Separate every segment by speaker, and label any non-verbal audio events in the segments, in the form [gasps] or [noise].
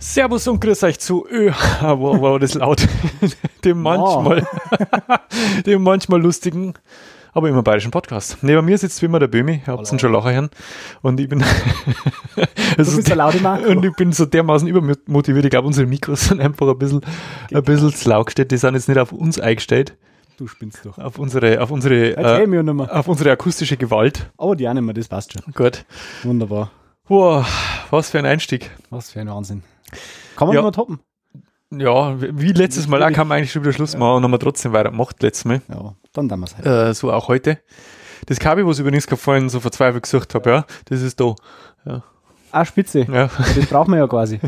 Speaker 1: Servus und grüß euch zu Ö. [laughs] Wow, wow, das ist laut. dem manchmal, dem manchmal [laughs] lustigen, aber immer bayerischen Podcast. Neben mir sitzt wie immer der Bömi, ihr habt's ihn schon lachen hören. Und ich bin, [laughs]
Speaker 2: Du
Speaker 1: also
Speaker 2: bist der laute Marco.
Speaker 1: und ich bin so dermaßen übermotiviert. Ich glaube, unsere Mikros sind einfach ein bisschen, ein bisschen zu laut gestellt. Die sind jetzt nicht auf uns eingestellt,
Speaker 2: du spinnst doch.
Speaker 1: auf unsere, auf unsere,
Speaker 2: Jetzt äh,
Speaker 1: äh,
Speaker 2: ich mich nicht mehr.
Speaker 1: auf unsere akustische Gewalt.
Speaker 2: Aber die auch nicht mehr, das passt schon.
Speaker 1: Gut.
Speaker 2: Wunderbar.
Speaker 1: Wow, was für ein Einstieg.
Speaker 2: Was für ein Wahnsinn. Kann man
Speaker 1: Ja.
Speaker 2: ja. nur toppen.
Speaker 1: Ja, wie letztes Mal auch kann man eigentlich schon wieder Schluss machen und haben wir trotzdem weitergemacht letztes Mal.
Speaker 2: Ja, dann tun wir es halt.
Speaker 1: Äh, so auch heute. Das Kabel, was ich übrigens gerade vorhin so verzweifelt gesucht habe, ja, das ist da.
Speaker 2: Ah, Spitze.
Speaker 1: Ja, [laughs]
Speaker 2: Das brauchen wir ja [laughs] quasi.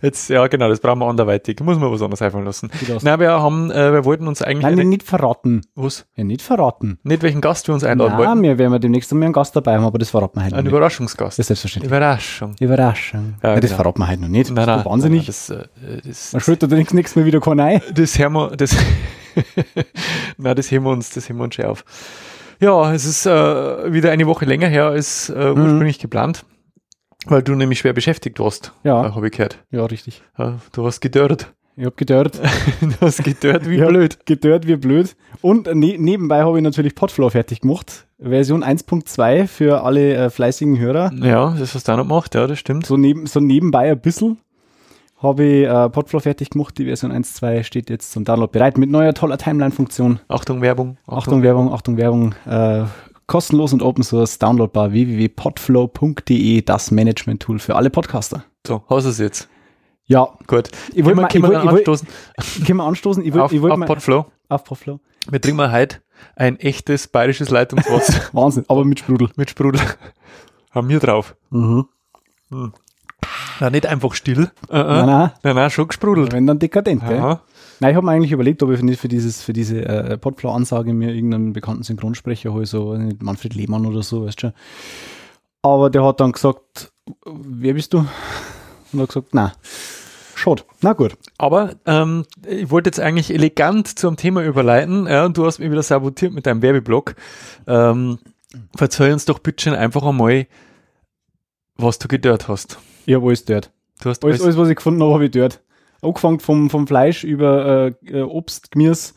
Speaker 1: jetzt, ja genau, das brauchen wir anderweitig. Muss man was anderes einfallen lassen.
Speaker 2: Geht aus.
Speaker 1: Nein, wir haben, äh, wir wollten uns eigentlich
Speaker 2: Nein,
Speaker 1: eine-
Speaker 2: nicht verraten.
Speaker 1: was,
Speaker 2: Ja, nicht verraten.
Speaker 1: nicht welchen Gast wir uns einladen
Speaker 2: Nein,
Speaker 1: wollten.
Speaker 2: wir werden ja demnächst einmal einen Gast dabei haben, aber das verraten wir halt noch
Speaker 1: Ein
Speaker 2: nicht.
Speaker 1: Überraschungsgast.
Speaker 2: Das ist selbstverständlich.
Speaker 1: Überraschung.
Speaker 2: Überraschung.
Speaker 1: Ja,
Speaker 2: Ja, das
Speaker 1: genau.
Speaker 2: verraten wir halt noch nicht.
Speaker 1: Nein,
Speaker 2: Bist du
Speaker 1: nein,
Speaker 2: wahnsinnig.
Speaker 1: Nein, nein, das, äh,
Speaker 2: Man
Speaker 1: das,
Speaker 2: schüttet nichts nächstes Mal wieder keinen ein.
Speaker 1: das hören wir, das, [laughs] nein, das heben wir uns, das heben wir uns schon auf. Ja, es ist äh, wieder eine Woche länger her als äh,
Speaker 2: Mhm.
Speaker 1: ursprünglich geplant, weil du nämlich schwer beschäftigt warst,
Speaker 2: Ja.
Speaker 1: äh, habe ich gehört.
Speaker 2: Ja, richtig.
Speaker 1: Ja, du hast gedörrt.
Speaker 2: Ich hab gedört.
Speaker 1: [laughs] Du hast gedört wie
Speaker 2: Ja.
Speaker 1: blöd.
Speaker 2: Gedört wie blöd. Und ne nebenbei habe ich natürlich Podflow fertig gemacht. Version 1.2 für alle äh, fleißigen Hörer.
Speaker 1: Ja, das hast du auch noch gemacht, ja, das stimmt.
Speaker 2: So, neben, so nebenbei ein bisschen habe ich äh, Podflow fertig gemacht. Die Version 1.2 steht jetzt zum Download bereit mit neuer toller Timeline-Funktion.
Speaker 1: Achtung, Werbung.
Speaker 2: Achtung, Werbung, Achtung, Werbung. Äh, kostenlos und Open Source, downloadbar www.podflow.de, das Management-Tool für alle Podcaster.
Speaker 1: So, hast du es jetzt.
Speaker 2: Ja,
Speaker 1: Gut.
Speaker 2: Ich
Speaker 1: Können
Speaker 2: wollt
Speaker 1: wir- können
Speaker 2: mal- ich
Speaker 1: wir
Speaker 2: wollt- ich wollt-
Speaker 1: anstoßen
Speaker 2: können wir anstoßen? Ich will,
Speaker 1: auf,
Speaker 2: ich will
Speaker 1: auf
Speaker 2: mal,
Speaker 1: Podflow.
Speaker 2: auf Podflow.
Speaker 1: Wir trinken heute ein echtes bayerisches Leitungswasser
Speaker 2: [laughs] Wahnsinn, aber mit Sprudel.
Speaker 1: mit Sprudel. Haben wir drauf. Hm. Na, nicht einfach still. Äh, äh.
Speaker 2: Mhm. Nein, nein.
Speaker 1: Nein, nein, schon gesprudelt.
Speaker 2: Wenn dann dekadent, gell?
Speaker 1: Aha.
Speaker 2: Nein, ich habe mir eigentlich überlegt, ob ich nicht für, dieses, für diese äh, Podflow-Ansage mir irgendeinen bekannten Synchronsprecher hole, so weiß nicht, Manfred Lehmann oder so, weißt du schon. Aber der hat dann gesagt, wer bist du? Und hat gesagt, na, schade. Na gut.
Speaker 1: Aber ähm, ich wollte jetzt eigentlich elegant zum Thema überleiten. Ja, und du hast mich wieder sabotiert mit deinem Werbeblock. Ähm, verzeih uns doch bitte schön einfach einmal, was du gedört hast.
Speaker 2: Ich habe alles dort.
Speaker 1: Du hast
Speaker 2: Alles,
Speaker 1: alles,
Speaker 2: alles was ich gefunden habe, habe ich dort. Angefangen vom, vom Fleisch über äh, äh, Obst, Gemüse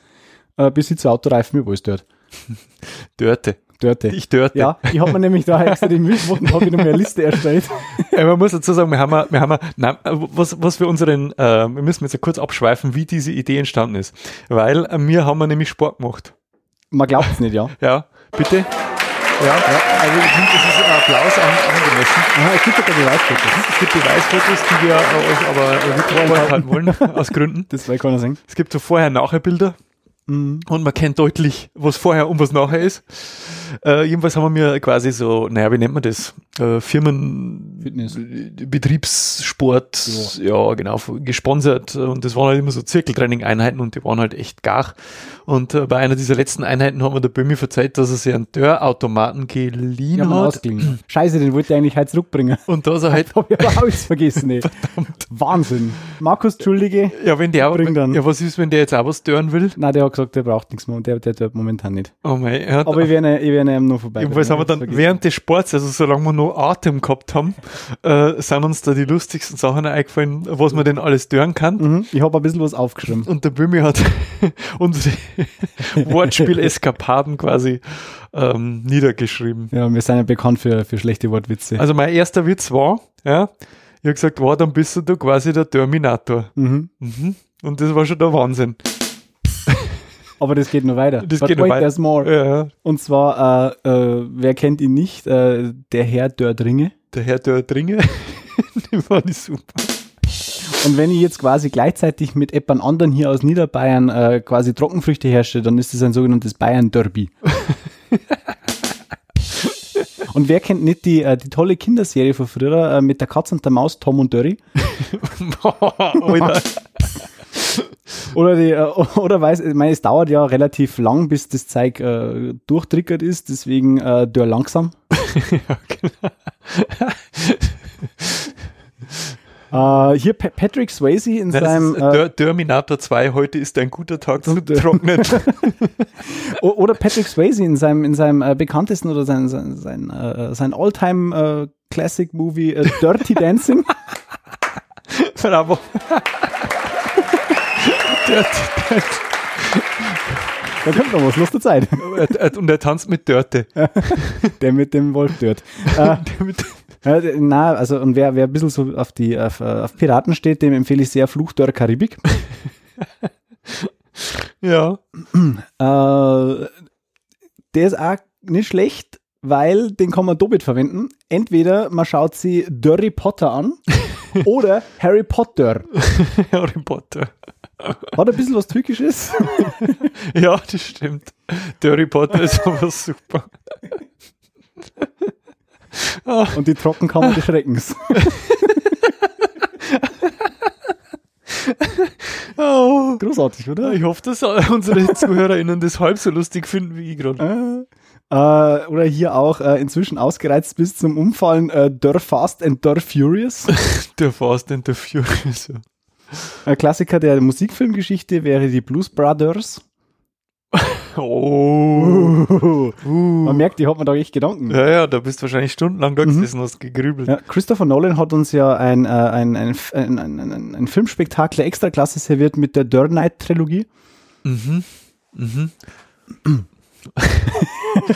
Speaker 2: äh, bis hin zu Autoreifen, ich habe alles dort.
Speaker 1: dörte.
Speaker 2: Dörte.
Speaker 1: Ich dörte. [laughs]
Speaker 2: ja, ich habe mir nämlich da extra den Müll gemacht und habe noch mehr Liste erstellt.
Speaker 1: Ja, man muss dazu sagen, wir haben, wir haben nein, was, was wir unseren, äh, wir müssen jetzt ja kurz abschweifen, wie diese Idee entstanden ist. Weil äh, wir haben wir nämlich Sport gemacht.
Speaker 2: [laughs] Man glaubt es nicht, ja.
Speaker 1: Ja, bitte. Ja, also ich finde, das ist ein Applaus an, angemessen.
Speaker 2: Aha, es gibt ja keine Weißfotos.
Speaker 1: Es gibt Beweisfotos, die wir äh, euch aber äh, nicht vorenthalten wollen, [laughs] aus Gründen.
Speaker 2: Das will keiner sehen.
Speaker 1: Es gibt so Vorher-Nachher-Bilder
Speaker 2: Mhm.
Speaker 1: und man kennt deutlich, was vorher und was nachher ist. Äh, jedenfalls haben wir mir quasi so, naja, wie nennt man das? Äh, Firmen,
Speaker 2: Fitness.
Speaker 1: Betriebssport, ja. genau, f- gesponsert. Und das waren halt immer so Zirkeltraining-Einheiten und die waren halt echt gar. Und äh, bei einer dieser letzten Einheiten haben wir der Böhmi verzeiht, dass er sich einen Dörrautomaten geliehen
Speaker 2: Ja, man
Speaker 1: hat.
Speaker 2: ausklingen. Scheiße, den wollte ich eigentlich heute zurückbringen. [laughs]
Speaker 1: Und dass er halt
Speaker 2: Hab ich aber alles vergessen, ey. Wahnsinn. Markus, Entschuldige.
Speaker 1: Ja, wenn der,
Speaker 2: Bring dann.
Speaker 1: ja, was ist, wenn der jetzt auch was stören will?
Speaker 2: Nein, der hat gesagt, der braucht nichts mehr und der, der tut momentan nicht.
Speaker 1: Oh mein, ja,
Speaker 2: Aber ich werde, ich werde ihm noch vorbei.
Speaker 1: jedenfalls haben wir dann während des Sports, also solange wir noch Atem gehabt haben, äh, sind uns da die lustigsten Sachen eingefallen, was man denn alles stören kann.
Speaker 2: Mhm, ich habe ein bisschen was aufgeschrieben.
Speaker 1: Und der Böhmi hat [laughs] unsere Wortspiel-Eskapaden quasi ähm, niedergeschrieben.
Speaker 2: Ja, wir sind ja bekannt für, für schlechte Wortwitze.
Speaker 1: Also mein erster Witz war, ja, ich habe gesagt, wow, dann bist du quasi der Terminator.
Speaker 2: Mhm.
Speaker 1: Mhm. Und das war schon der Wahnsinn.
Speaker 2: Aber das geht noch weiter.
Speaker 1: Also Das
Speaker 2: But
Speaker 1: geht noch
Speaker 2: wait,
Speaker 1: weiter.
Speaker 2: there's more.
Speaker 1: Ja,
Speaker 2: Und zwar, äh, äh, wer kennt ihn nicht? Äh, der Herr Dördringe.
Speaker 1: der Herr Dördringe, [laughs] die war nicht super.
Speaker 2: Und wenn ich jetzt quasi gleichzeitig mit etwas anderen hier aus Niederbayern äh, quasi Trockenfrüchte herstelle, dann ist das ein
Speaker 1: [laughs]
Speaker 2: sogenanntes Bayern-Derby. und wer kennt nicht die, äh, die tolle Kinderserie von früher äh, mit der Katze und der Maus, Tom und Derry?
Speaker 1: Alter.
Speaker 2: Oder, die, äh, [laughs] oder weiß, ich meine, es dauert ja relativ lang, bis das Zeug äh, durchtrickert ist, deswegen äh,
Speaker 1: [laughs]
Speaker 2: Dörr langsam. Äh, hier Pa- Patrick Swayze
Speaker 1: Nein,
Speaker 2: in
Speaker 1: genau. das
Speaker 2: seinem
Speaker 1: ist
Speaker 2: äh,
Speaker 1: Ter- Terminator 2, heute ist ein guter Tag zum
Speaker 2: [laughs]
Speaker 1: Trocknen.
Speaker 2: O- Oder Patrick Swayze in seinem, in seinem äh, bekanntesten oder sein, sein, sein, äh, sein All-Time äh, Classic Movie äh, Dirty Dancing.
Speaker 1: Bravo. Dirt,
Speaker 2: Da kommt noch was, Lust der Zeit. [laughs]
Speaker 1: Dirt. Äh, äh, Und er tanzt mit Dörte.
Speaker 2: Der mit dem Wolf dort. äh,
Speaker 1: Mit-
Speaker 2: Ja, d- Na, also und wer, wer ein bisschen so auf die auf, äh, auf Piraten steht, dem empfehle ich sehr Fluch der Karibik.
Speaker 1: ja. [laughs]
Speaker 2: Äh, der ist auch nicht schlecht, weil den kann man doppelt verwenden. Entweder man schaut sie Dirty Potter an oder Harry Potter.
Speaker 1: Harry Potter.
Speaker 2: Hat ein bisschen was Türkisches.
Speaker 1: Ja, das stimmt. Der Harry Potter ist aber [laughs] super.
Speaker 2: Und die Trockenkammer des Schreckens.
Speaker 1: Oh.
Speaker 2: Großartig, oder?
Speaker 1: Ich hoffe, dass unsere ZuhörerInnen das halb so lustig finden wie ich gerade.
Speaker 2: Äh, äh, oder hier auch äh, inzwischen ausgereizt bis zum Umfallen äh, Der Fast and Der Furious.
Speaker 1: Der Fast and the Furious. ja.
Speaker 2: Ein Klassiker der Musikfilmgeschichte wäre die Blues Brothers.
Speaker 1: Oh.
Speaker 2: Uh.
Speaker 1: Uh.
Speaker 2: Man merkt, die hat man da echt Gedanken.
Speaker 1: Ja, ja, da bist du wahrscheinlich stundenlang da gesessen und hast gegrübelt.
Speaker 2: Ja, Christopher Nolan hat uns ja ein, äh, ein, ein, ein, ein, ein, ein Filmspektakel der Extraklasse serviert mit der Dirt Knight Trilogie.
Speaker 1: Mhm. Mhm.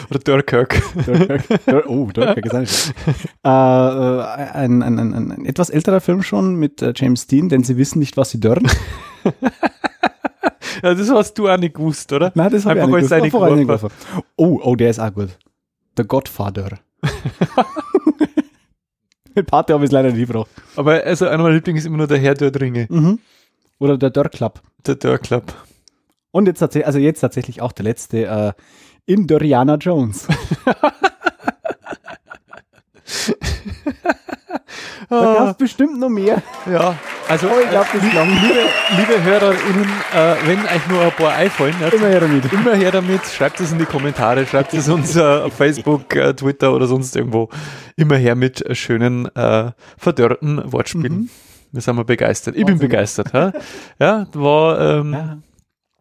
Speaker 1: Oder Dörrkirk.
Speaker 2: Dirk- oh, Dirk ist auch nicht schlecht. äh, äh, ein, ein, ein, ein, ein etwas älterer Film schon mit äh, James Dean, denn sie wissen nicht, was sie dörren.
Speaker 1: Ja, das hast du auch nicht gewusst, oder?
Speaker 2: Nein, das hab
Speaker 1: Einfach
Speaker 2: ich
Speaker 1: alles
Speaker 2: auch nicht gewusst.
Speaker 1: reingeworfen.
Speaker 2: Einfach reingeworfen. Oh, oh, der ist auch gut. The [laughs] Godfather. Mit Pate habe ich es leider nie gebracht.
Speaker 1: Aber also einer meiner Lieblinge ist immer nur der Herr der Ringe,
Speaker 2: Mhm. Oder der Dirt Club.
Speaker 1: der Dörr Club.
Speaker 2: Und jetzt tatsächlich, also jetzt tatsächlich auch der letzte äh, in Doriana [laughs] Jones. Da gab es bestimmt noch mehr.
Speaker 1: Ja, also
Speaker 2: Oh, ich glaub, das ist lang.
Speaker 1: liebe, liebe HörerInnen, äh, wenn euch nur ein paar einfallen, ja,
Speaker 2: [laughs] Immer her damit.
Speaker 1: immer her damit, schreibt es in die Kommentare, schreibt es uns äh, auf Facebook, äh, Twitter oder sonst irgendwo. Immer her mit äh, schönen, äh, verdörrten Wortspielen. Wir sind mal begeistert. Ich bin
Speaker 2: Mhm. Wahnsinn.
Speaker 1: begeistert. hä? Ja, war ähm,
Speaker 2: Ja.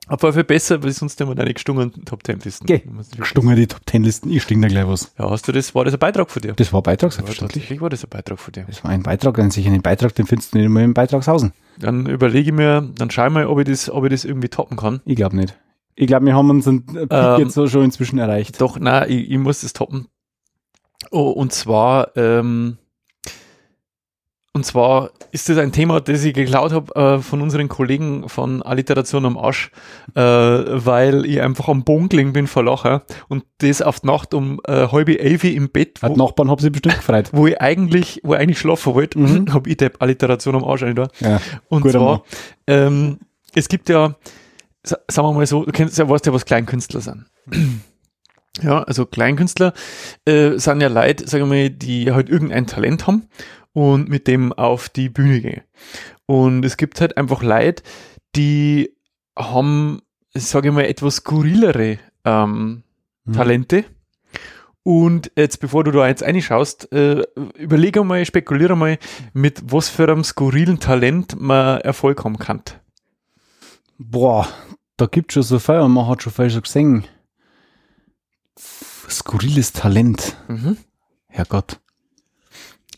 Speaker 1: auf jeden Fall besser, weil sonst hätten wir da nicht gestungen und Top Ten Listen.
Speaker 2: Geh. Stunger die Top Ten Listen, ich stinge da gleich was.
Speaker 1: Ja, hast du das, war das ein Beitrag von dir?
Speaker 2: Das war ein Beitrag,
Speaker 1: Ja,
Speaker 2: selbstverständlich.
Speaker 1: tatsächlich war das ein Beitrag von dir.
Speaker 2: Das war ein Beitrag, ein sicher einen Beitrag, den findest du nicht immer im Beitragshausen.
Speaker 1: Dann überlege ich mir, dann schau ich mal, ob ich das, ob ich das irgendwie toppen kann.
Speaker 2: Ich glaube nicht. Ich glaube, wir haben unseren Peak
Speaker 1: Ähm,
Speaker 2: jetzt so schon inzwischen erreicht.
Speaker 1: Doch, nein, ich, ich muss das toppen. Oh, und zwar, ähm, und zwar ist das ein Thema, das ich geklaut habe äh, von unseren Kollegen von Alliteration am Arsch, äh, weil ich einfach am Bunkling bin vor Lachen und das auf die Nacht um äh, halbe elf im Bett,
Speaker 2: Hat
Speaker 1: wo,
Speaker 2: Nachbarn haben sie bestimmt gefreut.
Speaker 1: wo ich eigentlich, wo ich eigentlich schlafen wollte, [laughs]
Speaker 2: Mhm.
Speaker 1: habe ich die Alliteration am Arsch da.
Speaker 2: Ja.
Speaker 1: Und
Speaker 2: Guter Mann.
Speaker 1: zwar, ähm, es gibt ja, sa- sagen wir mal so, du kennst ja, weißt ja, was Kleinkünstler
Speaker 2: [clears throat]
Speaker 1: sind. Ja, also Kleinkünstler äh, sind ja Leute, sagen wir mal, die halt irgendein Talent haben und mit dem auf die Bühne gehen. Und es gibt halt einfach Leute, die haben, sage ich mal, etwas skurrilere ähm,
Speaker 2: Mhm.
Speaker 1: Talente. Und jetzt, bevor du da jetzt reinschaust, äh, überleg einmal, spekuliere mal, mit was für einem skurrilen Talent man Erfolg haben kann.
Speaker 2: Boah, da gibt schon so viel und man hat schon viel schon gesehen. Skurriles Talent. Herrgott.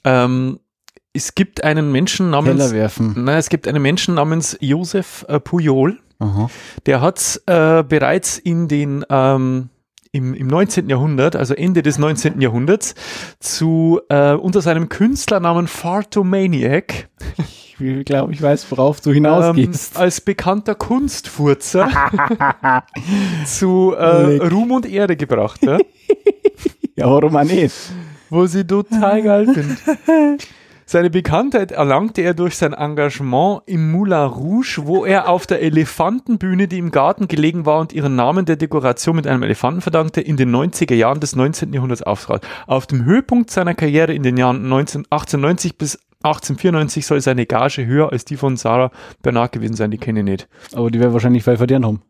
Speaker 1: Ähm, es gibt einen Menschen
Speaker 2: Teller
Speaker 1: namens,
Speaker 2: werfen.
Speaker 1: nein, es gibt einen Menschen namens Josef äh, Pujol,
Speaker 2: Aha.
Speaker 1: der hat äh, bereits in den, ähm, im, im 19. Jahrhundert, also Ende des 19. Jahrhunderts, zu, äh, unter seinem Künstlernamen Fartomaniac,
Speaker 2: Ich glaube, ich weiß, worauf du
Speaker 1: ähm,
Speaker 2: hinausgehst.
Speaker 1: als bekannter Kunstfurzer zu äh,
Speaker 2: Leck.
Speaker 1: Ruhm und Erde gebracht, ja?
Speaker 2: Ähm, ja, warum auch nicht?
Speaker 1: wo sie total geil sind. Seine Bekanntheit erlangte er durch sein Engagement im Moulin Rouge, wo er auf der Elefantenbühne, die im Garten gelegen war und ihren Namen der Dekoration mit einem Elefanten verdankte, in den 90er Jahren des 19. Jahrhunderts auftrat. Auf dem Höhepunkt seiner Karriere in den Jahren 19, 1890 bis 1894 soll seine Gage höher als die von Sarah Bernard gewesen sein, die kenne ich nicht.
Speaker 2: Aber die werden wahrscheinlich viel verdient haben.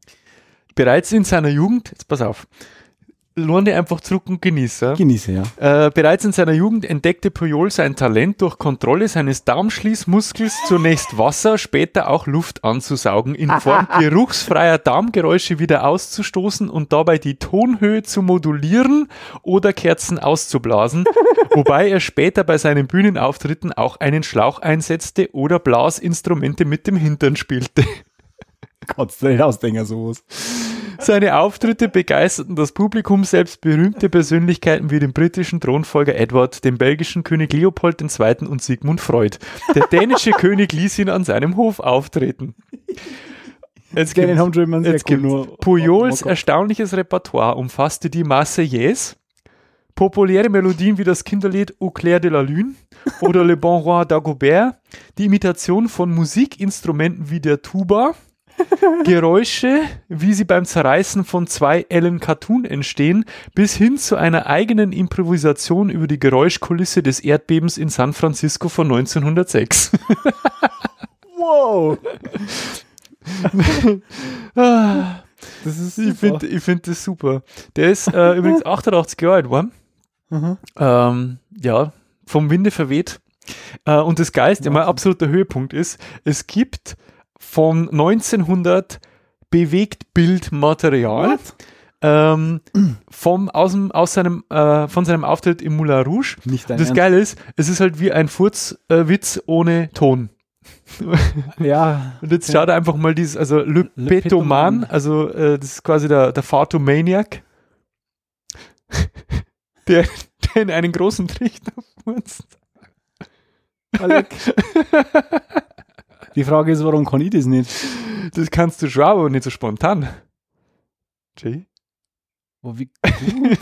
Speaker 1: Bereits in seiner Jugend, jetzt pass auf, lerne einfach zurück und genieße.
Speaker 2: Genieße, [laughs] ja.
Speaker 1: Äh, bereits in seiner Jugend entdeckte Pujol sein Talent, durch Kontrolle seines Darmschließmuskels zunächst Wasser, später auch Luft anzusaugen, in Form geruchsfreier Darmgeräusche wieder auszustoßen und dabei die Tonhöhe zu modulieren oder Kerzen auszublasen, wobei er später bei seinen Bühnenauftritten auch einen Schlauch einsetzte oder Blasinstrumente mit dem Hintern spielte.
Speaker 2: Kannst du nicht ausdenken, sowas.
Speaker 1: Seine Auftritte begeisterten das Publikum, selbst berühmte Persönlichkeiten wie den britischen Thronfolger Edward, den belgischen König Leopold II. und Sigmund Freud. Der dänische König ließ ihn an seinem Hof auftreten. Jetzt
Speaker 2: Den
Speaker 1: gibt's,
Speaker 2: haben schon immer sehr
Speaker 1: jetzt
Speaker 2: cool,
Speaker 1: gibt's
Speaker 2: nur-
Speaker 1: Pujols
Speaker 2: Oh Gott.
Speaker 1: erstaunliches Repertoire umfasste die Marseillaise, populäre Melodien wie das Kinderlied Au clair de la lune oder Le Bon Roi d'Agobert, die Imitation von Musikinstrumenten wie der Tuba, Geräusche, wie sie beim Zerreißen von zwei Ellen Cartoon entstehen, bis hin zu einer eigenen Improvisation über die Geräuschkulisse des Erdbebens in San Francisco von 1906.
Speaker 2: Wow!
Speaker 1: Ah,
Speaker 2: Das ist
Speaker 1: ich
Speaker 2: super.
Speaker 1: finde ich find das super. Der ist
Speaker 2: [laughs]
Speaker 1: äh, übrigens 88 Jahre alt geworden.
Speaker 2: Mhm.
Speaker 1: Ähm, ja, vom Winde verweht. Äh, und das Geist, immer absoluter Höhepunkt ist, es gibt von 1900 bewegt Bildmaterial.
Speaker 2: What?
Speaker 1: ähm, vom, aus, dem, aus seinem, äh, von seinem Auftritt im Moulin Rouge.
Speaker 2: Nicht dein
Speaker 1: Das
Speaker 2: Ernst.
Speaker 1: Geile ist, es ist halt wie ein Furzwitz äh, Witz ohne Ton.
Speaker 2: Ja.
Speaker 1: Und jetzt schaut er einfach mal dieses, also
Speaker 2: Lepetoman.
Speaker 1: Lepetoman, also äh, das ist quasi der, der Fatomaniac, [laughs] der, der in einen großen Trichter furzt.
Speaker 2: [laughs] Die Frage ist, warum kann ich das nicht?
Speaker 1: Das kannst du schon, aber nicht so spontan. Jay?
Speaker 2: Oh, wie [laughs] gut.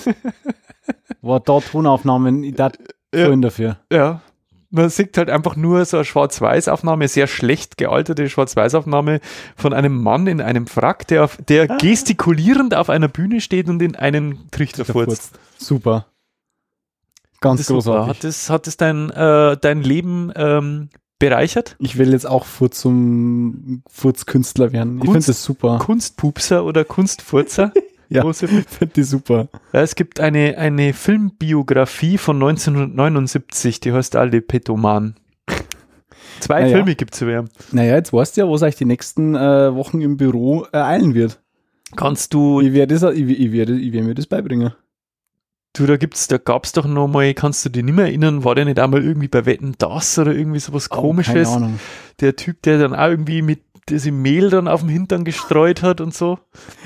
Speaker 2: War da Tonaufnahmen, ich darf
Speaker 1: Ja.
Speaker 2: vorhin dafür.
Speaker 1: Ja. Man sieht halt einfach nur so eine Schwarz-Weiß-Aufnahme, sehr schlecht gealterte Schwarz-Weiß-Aufnahme von einem Mann in einem Frack, der, auf, der gestikulierend auf einer Bühne steht und in einen Trichter furzt.
Speaker 2: Super.
Speaker 1: Das
Speaker 2: Ganz
Speaker 1: ist super.
Speaker 2: großartig.
Speaker 1: Hat das, hat das dein, äh, dein Leben ähm, bereichert?
Speaker 2: Ich will jetzt auch Furz zum Furzkünstler werden. Ich
Speaker 1: Kunst-
Speaker 2: finde das super.
Speaker 1: Kunstpupser oder Kunstfurzer?
Speaker 2: [laughs] Ja.
Speaker 1: Große
Speaker 2: Ich finde die super.
Speaker 1: Ja, es gibt eine, eine Filmbiografie von 1979, die heißt alle Petoman. Zwei
Speaker 2: Ah ja.
Speaker 1: Filme gibt es über. ihn.
Speaker 2: Naja, jetzt weißt du ja, was euch die nächsten äh, Wochen im Büro ereilen wird.
Speaker 1: Kannst du,
Speaker 2: Ich werde ich, ich werd, ich werd mir das beibringen.
Speaker 1: du, da gibt's, da gab's doch noch mal, kannst du dich nicht mehr erinnern, war der nicht einmal irgendwie bei Wetten das oder irgendwie sowas Oh, komisches?
Speaker 2: Oh, Keine Ahnung.
Speaker 1: der Typ, der dann auch irgendwie mit diesem Mehl dann auf dem Hintern gestreut hat und so.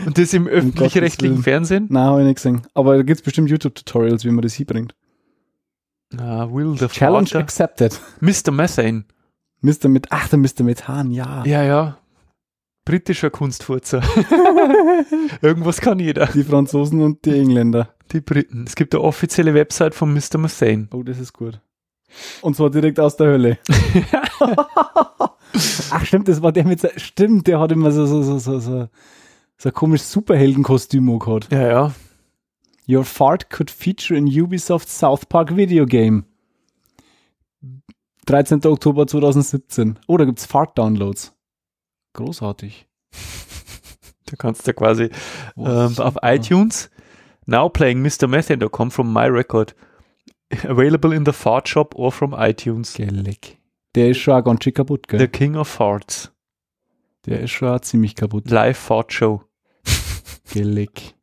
Speaker 1: Und das im öffentlich-rechtlichen
Speaker 2: Um Willen.
Speaker 1: Fernsehen.
Speaker 2: Nein, habe ich nicht gesehen. Aber da gibt es bestimmt YouTube-Tutorials, wie man das hinbringt.
Speaker 1: Ah, Will the
Speaker 2: Challenge
Speaker 1: Challenge.
Speaker 2: accepted.
Speaker 1: Mr. Methane.
Speaker 2: Mr. Met Ach, der Mr. Methan, ja.
Speaker 1: Ah. Ja, ja. Britischer Kunstfurzer. [laughs] Irgendwas kann jeder.
Speaker 2: [laughs] Die Franzosen und die Engländer.
Speaker 1: Die Briten. Es gibt eine offizielle Website von Mr. Methane.
Speaker 2: Oh, das ist gut. Und zwar direkt aus der [laughs] Hölle. Ach, stimmt, das war der mit. se- Stimmt, der hat immer so, so, so, so, so, so ein komisches Superheldenkostüm auch gehabt.
Speaker 1: Ja, ja.
Speaker 2: Your fart could feature in Ubisoft South Park Video Game. 13. Oktober 2017. Oh, da gibt's Fart-Downloads. Großartig.
Speaker 1: Du kannst ja quasi
Speaker 2: Wow,
Speaker 1: ähm, auf
Speaker 2: super.
Speaker 1: iTunes now playing Mr. Methane.com from my record. [laughs] Available in the fart shop or from iTunes.
Speaker 2: Geleck. Der ist schon auch ganz schön kaputt, gell?
Speaker 1: The King of Farts.
Speaker 2: Der ist schon auch ziemlich kaputt.
Speaker 1: Live Fart Show. [laughs]
Speaker 2: Geleck.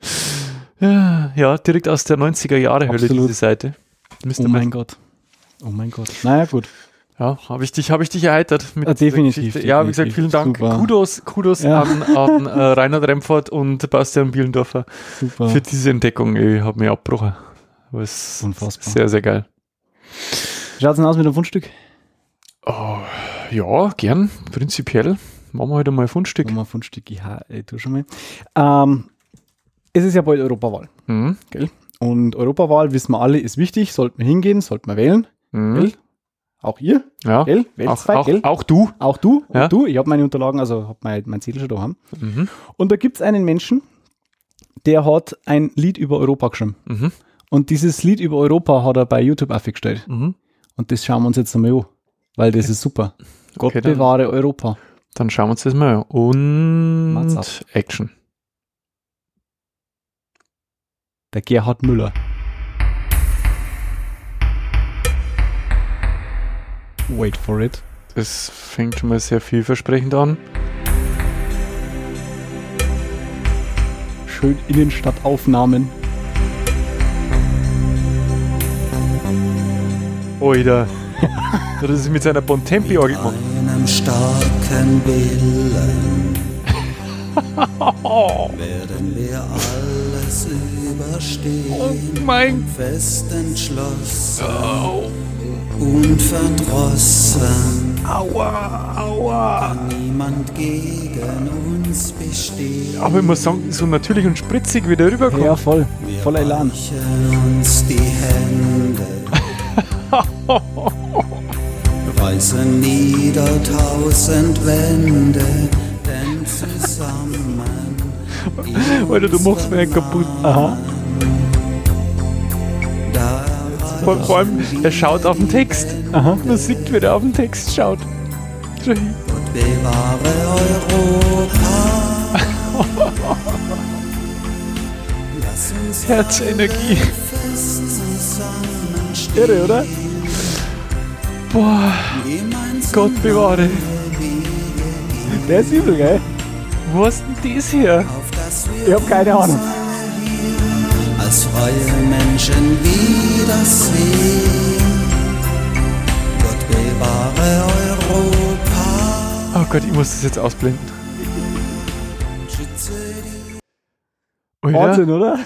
Speaker 1: Ja, direkt aus der 90er Jahre Hölle,
Speaker 2: Absolut.
Speaker 1: diese Seite. Mr.
Speaker 2: Oh mein Gott. Oh mein Gott. Naja, gut.
Speaker 1: Ja, habe ich dich, habe ich dich erheitert mit
Speaker 2: Ah, definitiv,
Speaker 1: der Geschichte. Ja, wie gesagt,
Speaker 2: definitiv.
Speaker 1: vielen Dank.
Speaker 2: Super.
Speaker 1: Kudos, Kudos
Speaker 2: Ja.
Speaker 1: an, an äh, Reinhard Remford und Bastian Bielendorfer
Speaker 2: Super.
Speaker 1: für diese Entdeckung. Ich habe mich abgebrochen. Aber es ist
Speaker 2: Unfassbar.
Speaker 1: Sehr, sehr geil.
Speaker 2: Schaut's denn aus mit dem Fundstück?
Speaker 1: Oh, ja, gern. Prinzipiell. Machen wir heute mal ein Fundstück.
Speaker 2: Nochmal Fundstück. Ja, ich tu schon mal. Ähm, es ist ja bald Europawahl.
Speaker 1: Mhm.
Speaker 2: Und Europawahl, wissen wir alle, ist wichtig. Sollten wir hingehen, sollten wir wählen.
Speaker 1: Mhm.
Speaker 2: Gell? Auch ihr,
Speaker 1: Ja.
Speaker 2: gell? Wählt
Speaker 1: Auch,
Speaker 2: zwei,
Speaker 1: auch,
Speaker 2: gell?
Speaker 1: auch du.
Speaker 2: Auch du und
Speaker 1: Ja.
Speaker 2: du. Ich habe meine Unterlagen, also habe mein, mein Zettel schon daheim.
Speaker 1: Mhm.
Speaker 2: Und da gibt es einen Menschen, der hat ein Lied über Europa geschrieben.
Speaker 1: Mhm.
Speaker 2: Und dieses Lied über Europa hat er bei YouTube aufgestellt.
Speaker 1: Mhm.
Speaker 2: Und das schauen wir uns jetzt einmal an, weil das ist super. Gott
Speaker 1: Okay, dann-
Speaker 2: bewahre Europa.
Speaker 1: Dann schauen wir uns das mal an. Und
Speaker 2: Macht's
Speaker 1: Action.
Speaker 2: Der Gerhard Müller. Wait for it.
Speaker 1: Das fängt schon mal sehr vielversprechend an.
Speaker 2: Schön Innenstadtaufnahmen. [laughs]
Speaker 1: Oida. Oder das ist mit seiner Bontempi-Orgel gemacht.
Speaker 3: Einem starken Willen werden wir alles überstehen,
Speaker 1: mein
Speaker 3: fest entschlossen, unverdrossen. Aua, aua. Kann niemand gegen uns bestehen.
Speaker 1: Aber ich muss sagen, so natürlich und spritzig wie der rüberkommt.
Speaker 2: Ja, voll. Voller Elan.
Speaker 3: Reichen uns die Hände. Reißen nieder tausend Wände, denn zusammen.
Speaker 1: Alter, du machst mir einen kaputt.
Speaker 2: Aha.
Speaker 3: Da
Speaker 1: Vor, vor allem, er schaut auf den Text.
Speaker 2: Aha.
Speaker 1: Man sieht, wie der auf den Text schaut. Schau hin.
Speaker 3: Gott bewahre Europa. Lass
Speaker 1: [laughs]
Speaker 3: uns
Speaker 1: Herzenergie.
Speaker 3: fest zusammenstehen.
Speaker 1: Irre, oder? Boah,
Speaker 3: Gemeinsam
Speaker 1: Gott bewahre.
Speaker 2: Der ist übel, gell?
Speaker 1: Wo ist denn das hier?
Speaker 3: auf das wir
Speaker 2: Ich hab keine Ahnung.
Speaker 3: als freie Menschen wiedersehen. Gott bewahre Europa,
Speaker 1: Oh Gott, ich muss das jetzt ausblenden.
Speaker 3: schütze die
Speaker 1: Alter,
Speaker 2: Wahnsinn, oder?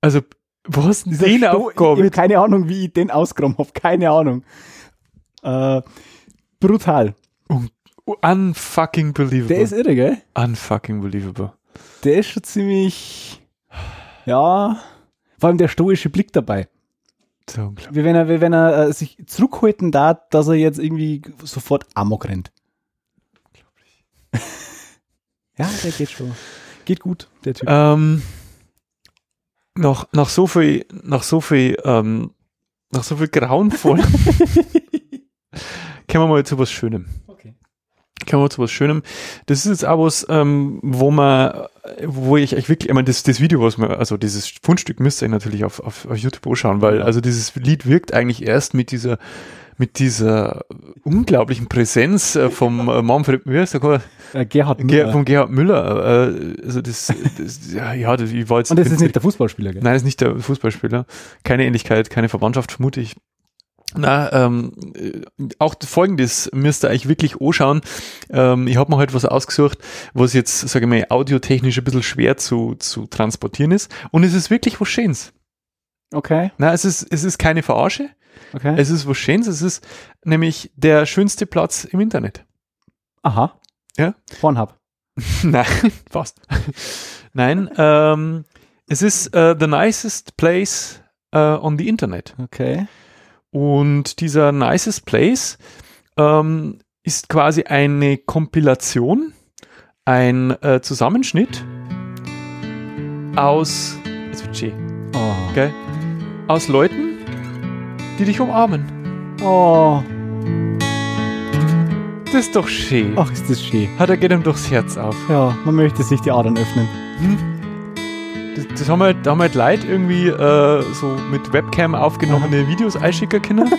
Speaker 1: also, wo hast denn den
Speaker 2: Sto- Ich habe
Speaker 1: Aufgabe?
Speaker 2: keine Ahnung, wie ich den ausgeräumt habe. Keine Ahnung. Äh, brutal.
Speaker 1: Unfucking believable.
Speaker 2: Der ist irre, gell?
Speaker 1: Unfucking believable.
Speaker 2: Der ist schon ziemlich. Ja. Vor allem der stoische Blick dabei.
Speaker 1: So unglaublich.
Speaker 2: Wie wenn er, wie wenn er äh, sich zurückhalten darf, dass er jetzt irgendwie sofort Amok rennt. ja, der geht schon. Geht gut, der Typ.
Speaker 1: Ähm, nach, nach so viel, nach so viel, ähm, nach so viel
Speaker 2: [laughs]
Speaker 1: grauenvoll. Kommen wir mal zu was Schönem.
Speaker 2: Okay.
Speaker 1: Kommen wir zu was Schönem. Das ist jetzt auch was, ähm, wo man, äh, wo ich echt wirklich, ich meine, das, das Video, was man, also dieses Fundstück müsst ihr natürlich auf, auf, auf YouTube anschauen, weil also dieses Lied wirkt eigentlich erst mit dieser, mit dieser unglaublichen Präsenz äh, vom äh, Manfred, wie heißt der? Kerl?
Speaker 2: Äh, Gerhard
Speaker 1: Ger
Speaker 2: Müller.
Speaker 1: vom Gerhard Müller. Äh, also das, das ja, ja, das, ich war jetzt.
Speaker 2: Und das
Speaker 1: bin-
Speaker 2: ist nicht der Fußballspieler, gell?
Speaker 1: Nein, das ist nicht der Fußballspieler. Keine Ähnlichkeit, keine Verwandtschaft, vermute ich. Na, ähm, äh, auch folgendes müsst ihr euch wirklich anschauen. Ähm, ich habe mir heute was ausgesucht, was jetzt, sage ich mal, audiotechnisch ein bisschen schwer zu, zu transportieren ist. Und es ist wirklich was Schönes.
Speaker 2: Okay,
Speaker 1: Na, es ist, es ist keine Verarsche,
Speaker 2: okay.
Speaker 1: es ist was Schönes, es ist nämlich der schönste Platz im Internet.
Speaker 2: Aha.
Speaker 1: Ja.
Speaker 2: Pornhub.
Speaker 1: Nein, fast. Nein, ähm, es ist äh, the nicest place äh, on the Internet.
Speaker 2: Okay.
Speaker 1: Und dieser nicest place ähm, ist quasi eine Kompilation, ein äh, Zusammenschnitt aus, jetzt wird's schön,
Speaker 2: Oh.
Speaker 1: gell? aus Leuten, die dich umarmen.
Speaker 2: oh.
Speaker 1: Das ist doch schön.
Speaker 2: Ach, ist das schön.
Speaker 1: Hat er geht ihm durchs Herz auf.
Speaker 2: Ja, man möchte sich die Adern öffnen.
Speaker 1: Das, das haben halt, da haben halt Leute irgendwie äh, so mit Webcam aufgenommene Videos einschicken können.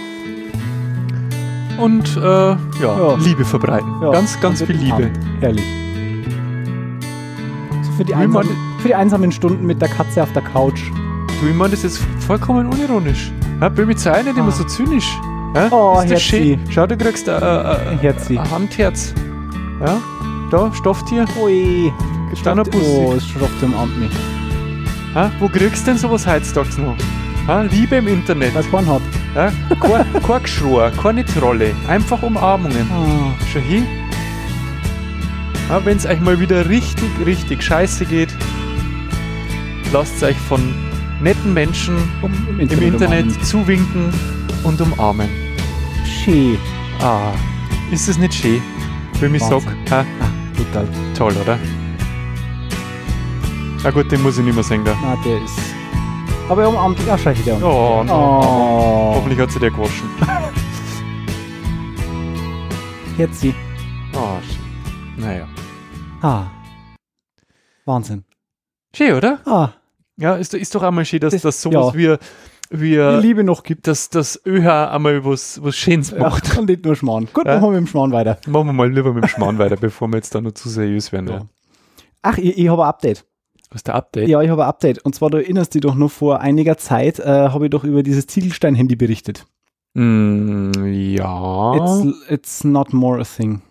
Speaker 1: Und äh, ja,
Speaker 2: Ja.
Speaker 1: Liebe verbreiten.
Speaker 2: Ja.
Speaker 1: Ganz, ganz viel Liebe.
Speaker 2: Herrlich. So für, die
Speaker 1: Will man-
Speaker 2: einsamen, für die einsamen Stunden mit der Katze auf der Couch.
Speaker 1: Du, ich meine das jetzt vollkommen unironisch. Ja, Bill mit sei nicht
Speaker 2: Ah.
Speaker 1: immer so zynisch. Ja,
Speaker 2: Oh,
Speaker 1: ist das
Speaker 2: Herzi.
Speaker 1: schön. Schau, du kriegst ein äh, äh,
Speaker 2: Herzi.
Speaker 1: ein Handherz. Ja, da, Stofftier.
Speaker 2: Ui.
Speaker 1: Dann ein Bussi.
Speaker 2: Oh, es schrofft im Amt nicht.
Speaker 1: Ja, wo kriegst du denn sowas heutzutage noch? Ja, Liebe im Internet.
Speaker 2: Bei Pornhub.
Speaker 1: Ja, kein, kein Geschrei, keine Trolle. Einfach Umarmungen.
Speaker 2: Oh.
Speaker 1: Schon hin. Ja, Wenn es euch mal wieder richtig, richtig scheiße geht, lasst euch von netten Menschen
Speaker 2: Um,
Speaker 1: im
Speaker 2: Im Internet.
Speaker 1: Internet zuwinken und umarmen.
Speaker 2: umarmen. Schön.
Speaker 1: Ah, ist es nicht schön? Wenn ich sag,
Speaker 2: Wahnsinn.
Speaker 1: ha,
Speaker 2: Total.
Speaker 1: toll, oder? Na gut, den muss ich nicht mehr singen. gell?
Speaker 2: Na, der ist... Aber er umarmt dich auch scheiße, der.
Speaker 1: Oh, no.
Speaker 2: Oh.
Speaker 1: Hoffentlich hat sie der gewaschen.
Speaker 2: Herzi.
Speaker 1: Oh, schön. Naja.
Speaker 2: Ah. Wahnsinn.
Speaker 1: Schön, oder?
Speaker 2: Ah.
Speaker 1: Ja, ist, ist doch einmal schön, dass,
Speaker 2: Das-
Speaker 1: dass sowas wie,
Speaker 2: Die
Speaker 1: wie
Speaker 2: Liebe noch gibt.
Speaker 1: dass das ÖH einmal was, was Schönes
Speaker 2: Ja,
Speaker 1: macht.
Speaker 2: und nicht nur Schmarrn. Gut,
Speaker 1: Ja.
Speaker 2: machen wir mit dem Schmarrn weiter.
Speaker 1: Machen wir mal lieber mit dem Schmarrn weiter, bevor wir jetzt da noch zu seriös werden.
Speaker 2: Ja.
Speaker 1: Ja.
Speaker 2: Ach, ich, ich habe ein Update.
Speaker 1: Was ist der Update?
Speaker 2: Ja, ich habe ein Update. Und zwar, du erinnerst dich doch noch vor einiger Zeit, äh, habe ich doch über dieses Ziegelstein-Handy berichtet.
Speaker 1: Mm, ja.
Speaker 2: It's, it's not more a thing.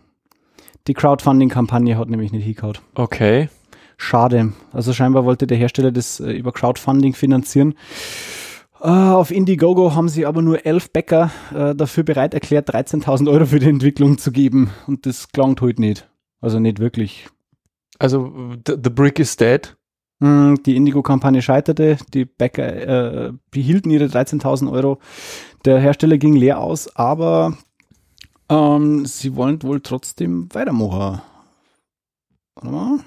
Speaker 2: Die Crowdfunding-Kampagne hat nämlich nicht hingehauen.
Speaker 1: Okay.
Speaker 2: Schade. Also scheinbar wollte der Hersteller das äh, über Crowdfunding finanzieren. Äh, auf Indiegogo haben sie aber nur elf Bäcker äh, dafür bereit erklärt, 13.000 Euro für die Entwicklung zu geben. Und das klangt heute nicht. Also nicht wirklich.
Speaker 1: Also, the, the brick is dead.
Speaker 2: Mm, Die Indigo-Kampagne scheiterte, die Bäcker äh, behielten ihre 13.000 Euro. Der Hersteller ging leer aus, aber ähm, sie wollen wohl trotzdem weitermachen. Warte mal.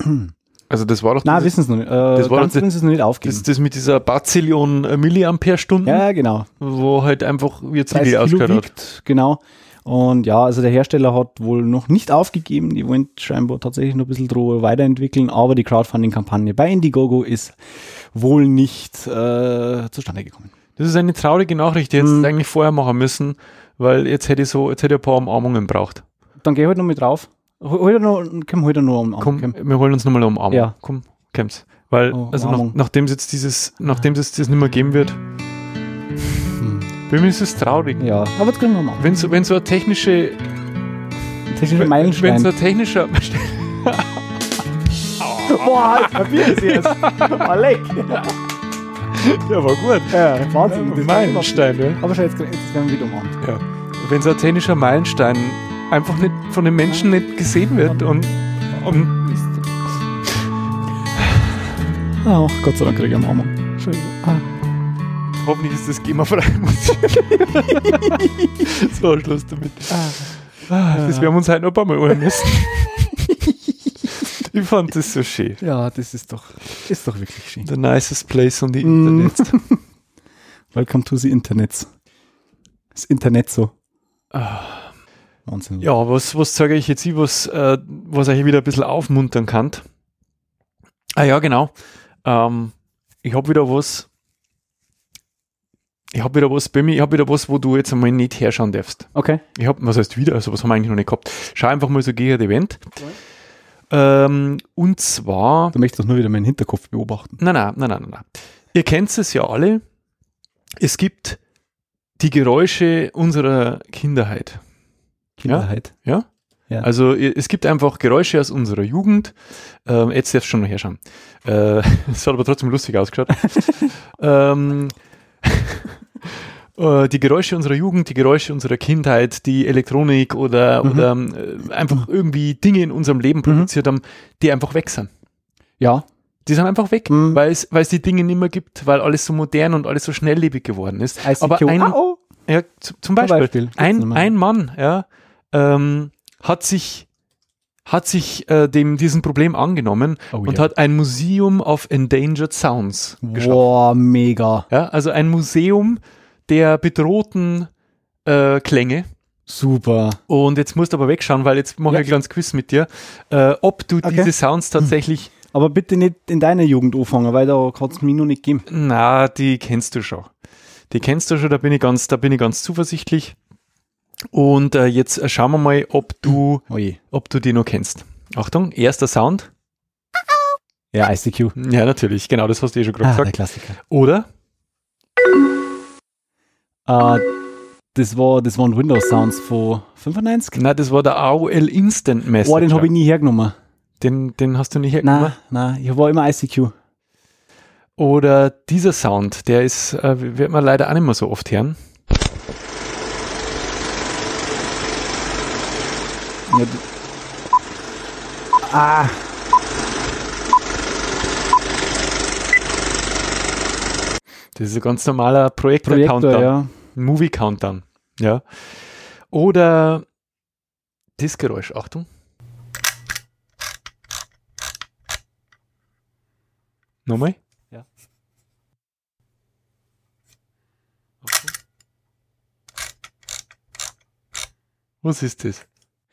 Speaker 2: [clears throat]
Speaker 1: Also, das war doch
Speaker 2: Nein,
Speaker 1: dieses,
Speaker 2: wissen sie noch nicht. Äh,
Speaker 1: das war
Speaker 2: ganz
Speaker 1: doch
Speaker 2: können sie es noch nicht
Speaker 1: das,
Speaker 2: aufgeben.
Speaker 1: das mit dieser Bazillion äh, Milliampere-Stunden,
Speaker 2: Ja, genau.
Speaker 1: wo halt einfach ihr
Speaker 2: 30
Speaker 1: Ziegel
Speaker 2: Kilo
Speaker 1: ausgehört hat.
Speaker 2: wiegt, Genau. Und ja, also der Hersteller hat wohl noch nicht aufgegeben. Die wollen scheinbar tatsächlich noch ein bisschen drohe weiterentwickeln, aber die Crowdfunding-Kampagne bei Indiegogo ist wohl nicht äh, zustande gekommen.
Speaker 1: Das ist eine traurige Nachricht, die hättest
Speaker 2: Mhm.
Speaker 1: du eigentlich vorher machen müssen, weil jetzt hätte ich so, jetzt hätte ich ein paar Umarmungen braucht.
Speaker 2: Dann geh heute noch mit drauf. Hol hol dir noch, komm heute noch am
Speaker 1: Komm,
Speaker 2: Komm.
Speaker 1: wir holen uns nochmal eine Umarmung.
Speaker 2: Ja.
Speaker 1: Komm, kämpf's. Weil,
Speaker 2: Oh,
Speaker 1: also nach,
Speaker 2: Umarmung.
Speaker 1: nachdem es jetzt dieses, nachdem es jetzt das nicht mehr geben wird, Hm. für mich ist es traurig.
Speaker 2: Ja, aber jetzt kriegen wir mal.
Speaker 1: Wenn so, wenn so eine technische,
Speaker 2: Technischer
Speaker 1: wenn, wenn
Speaker 2: Meilenstein.
Speaker 1: so ein technischer, [laughs]
Speaker 2: Boah, halt, probier
Speaker 1: [laughs]
Speaker 2: es jetzt. Oh, leck.
Speaker 1: ja, war gut.
Speaker 2: Ja, Wahnsinn. das
Speaker 1: Meilenstein, ja.
Speaker 2: Aber schon, jetzt, jetzt werden wir wieder mal.
Speaker 1: Ja. Wenn so ein technischer Meilenstein einfach nicht von den Menschen nicht gesehen wird und, und
Speaker 2: Oh, Gott sei Dank kriege ich am Arm. Ah,
Speaker 1: hoffentlich ist das GEMA-freie Musik. so, Schluss damit. Ah, [laughs] das werden wir uns halt noch ein paar Mal ohren [laughs] müssen. ich fand das so schön.
Speaker 2: Ja, das ist doch, ist doch wirklich schön.
Speaker 1: The nicest place on the
Speaker 2: Mm.
Speaker 1: internet.
Speaker 2: Welcome to the Internet. Das Internet so. Wahnsinn.
Speaker 1: Ja, was, was sage ich jetzt, ich, was, äh, was euch wieder ein bisschen aufmuntern kann? Ah ja, genau. Ähm, ich habe wieder was. Ich habe wieder was bei mir, ich habe wieder was, wo du jetzt einmal nicht herschauen darfst.
Speaker 2: Okay.
Speaker 1: Ich hab, was heißt wieder? Also, was haben wir eigentlich noch nicht gehabt? Schau einfach mal so gegen das Event. Ähm, und zwar,
Speaker 2: Du möchtest doch nur wieder meinen Hinterkopf beobachten.
Speaker 1: nein, nein, nein, nein, nein, nein. Ihr kennt es ja alle. Es gibt die Geräusche unserer Kinderheit.
Speaker 2: Kinderheit. Ja.
Speaker 1: Also, i- es gibt einfach Geräusche aus unserer Jugend. Ähm, jetzt darfst du schon mal herschauen. Äh, [laughs] Es hat aber trotzdem lustig
Speaker 2: [laughs]
Speaker 1: ausgeschaut. ähm, [laughs] äh, die Geräusche unserer Jugend, die Geräusche unserer Kindheit, die Elektronik oder,
Speaker 2: Mhm.
Speaker 1: oder äh, einfach irgendwie Dinge in unserem Leben produziert haben, die einfach weg sind.
Speaker 2: Ja.
Speaker 1: Die sind einfach weg,
Speaker 2: Mhm.
Speaker 1: weil es weil es die Dinge nicht mehr gibt, weil alles so modern und alles so schnelllebig geworden ist.
Speaker 2: ICQ.
Speaker 1: Aber ein,
Speaker 2: ah, oh.
Speaker 1: ja, z- zum Beispiel,
Speaker 2: Beispiel. Gibt's nicht
Speaker 1: ein,
Speaker 2: mehr.
Speaker 1: ein Mann ja, ähm, hat sich, hat sich äh, dem, diesem Problem angenommen
Speaker 2: Oh
Speaker 1: und
Speaker 2: ja.
Speaker 1: hat ein Museum of Endangered Sounds geschaffen.
Speaker 2: Boah, mega.
Speaker 1: Ja, also ein Museum der bedrohten äh, Klänge.
Speaker 2: Super.
Speaker 1: Und jetzt musst du aber wegschauen, weil jetzt mache
Speaker 2: Ja.
Speaker 1: ich ein kleines Quiz mit dir, äh, ob du
Speaker 2: Okay. Hm.
Speaker 1: diese Sounds tatsächlich,
Speaker 2: Aber bitte nicht in deiner Jugend anfangen, weil da hat es mich noch nicht gegeben.
Speaker 1: na, die kennst du schon. Die kennst du schon, da bin ich ganz, da bin ich ganz zuversichtlich. Und äh, jetzt äh, schauen wir mal, ob du
Speaker 2: Oh je.
Speaker 1: ob du die noch kennst. Achtung, erster Sound.
Speaker 2: Ja, ICQ.
Speaker 1: Ja, natürlich, genau, das hast du eh schon gerade
Speaker 2: Ah, der
Speaker 1: gesagt.
Speaker 2: Klassiker.
Speaker 1: Oder?
Speaker 2: Ah, das, war, das waren Windows-Sounds von 95.
Speaker 1: Nein, das war der AOL Instant Messenger.
Speaker 2: Boah, den habe ich nie hergenommen.
Speaker 1: den, den hast du nicht
Speaker 2: Nein,
Speaker 1: hergenommen.
Speaker 2: nein, ich war immer ICQ.
Speaker 1: Oder dieser Sound, der ist, äh, wird man leider auch nicht mehr so oft hören.
Speaker 2: Ja, d- ah.
Speaker 1: Das ist ein ganz normaler Projektor-Countdown.
Speaker 2: Projektor, ja.
Speaker 1: Movie-Countdown. Ja. Oder das Geräusch, Achtung. Nochmal?
Speaker 2: Ja.
Speaker 1: Achtung. Was ist das?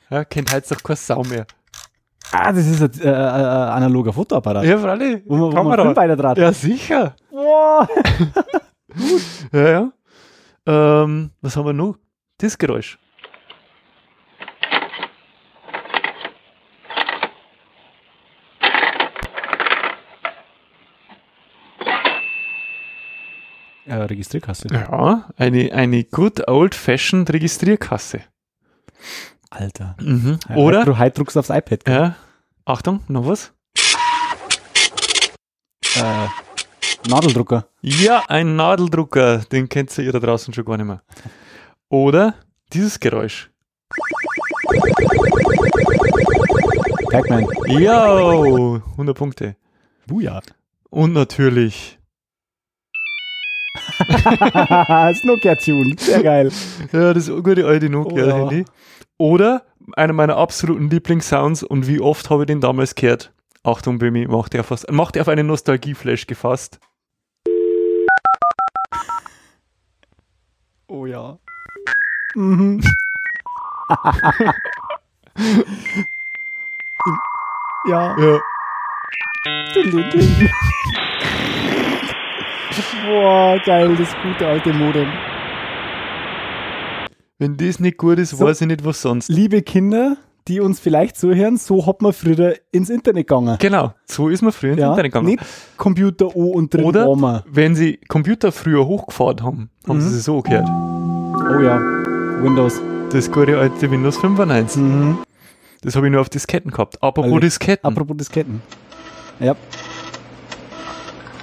Speaker 1: Ja, kennt halt doch kein Sau mehr.
Speaker 2: Ah, das ist ein äh, äh, analoger Fotoapparat.
Speaker 1: Ja, Fralli.
Speaker 2: Wo man, wo man Film weiterdraht.
Speaker 1: Ja, sicher.
Speaker 2: Wow.
Speaker 1: Ja, ja. Ähm, was haben wir noch? Das Geräusch.
Speaker 2: Ja, Registrierkasse.
Speaker 1: Ja, eine, eine good old-fashioned Registrierkasse.
Speaker 2: Alter.
Speaker 1: Mhm. Oder?
Speaker 2: Heute druckst du aufs iPad. gell?
Speaker 1: Ja. Achtung, noch was?
Speaker 2: Äh, Nadeldrucker.
Speaker 1: Ja, ein Nadeldrucker. Den kennt ihr da draußen schon gar nicht mehr. Oder dieses Geräusch.
Speaker 2: Pac-Man.
Speaker 1: Ja, 100 Punkte.
Speaker 2: [laughs] Buja.
Speaker 1: Und natürlich.
Speaker 2: das Nokia-Tune. Sehr geil.
Speaker 1: Ja, das gute alte Nokia-Handy. Oder einer meiner absoluten Lieblingssounds und wie oft habe ich den damals gehört. Achtung, Bömi, macht er fast, macht er auf einen Nostalgieflash gefasst.
Speaker 2: Oh ja. Mhm. [laughs] ja.
Speaker 1: Ja.
Speaker 2: Boah, geil, das gute alte Modem.
Speaker 1: Wenn das nicht gut ist,
Speaker 2: So.
Speaker 1: weiß ich nicht, was sonst.
Speaker 2: Liebe Kinder, die uns vielleicht zuhören, so hat man früher ins Internet gegangen.
Speaker 1: Genau, so ist man früher ins
Speaker 2: Ja,
Speaker 1: Internet gegangen.
Speaker 2: Nicht Computer O und drin
Speaker 1: Oder?
Speaker 2: war man.
Speaker 1: Wenn sie Computer früher hochgefahren haben, haben
Speaker 2: Mhm.
Speaker 1: sie sie so gehört.
Speaker 2: Oh ja, Windows.
Speaker 1: Das gute alte Windows 95.
Speaker 2: Mhm.
Speaker 1: Das habe ich nur auf Disketten gehabt. Apropos
Speaker 2: Alle-
Speaker 1: Disketten.
Speaker 2: Apropos Disketten. Ja.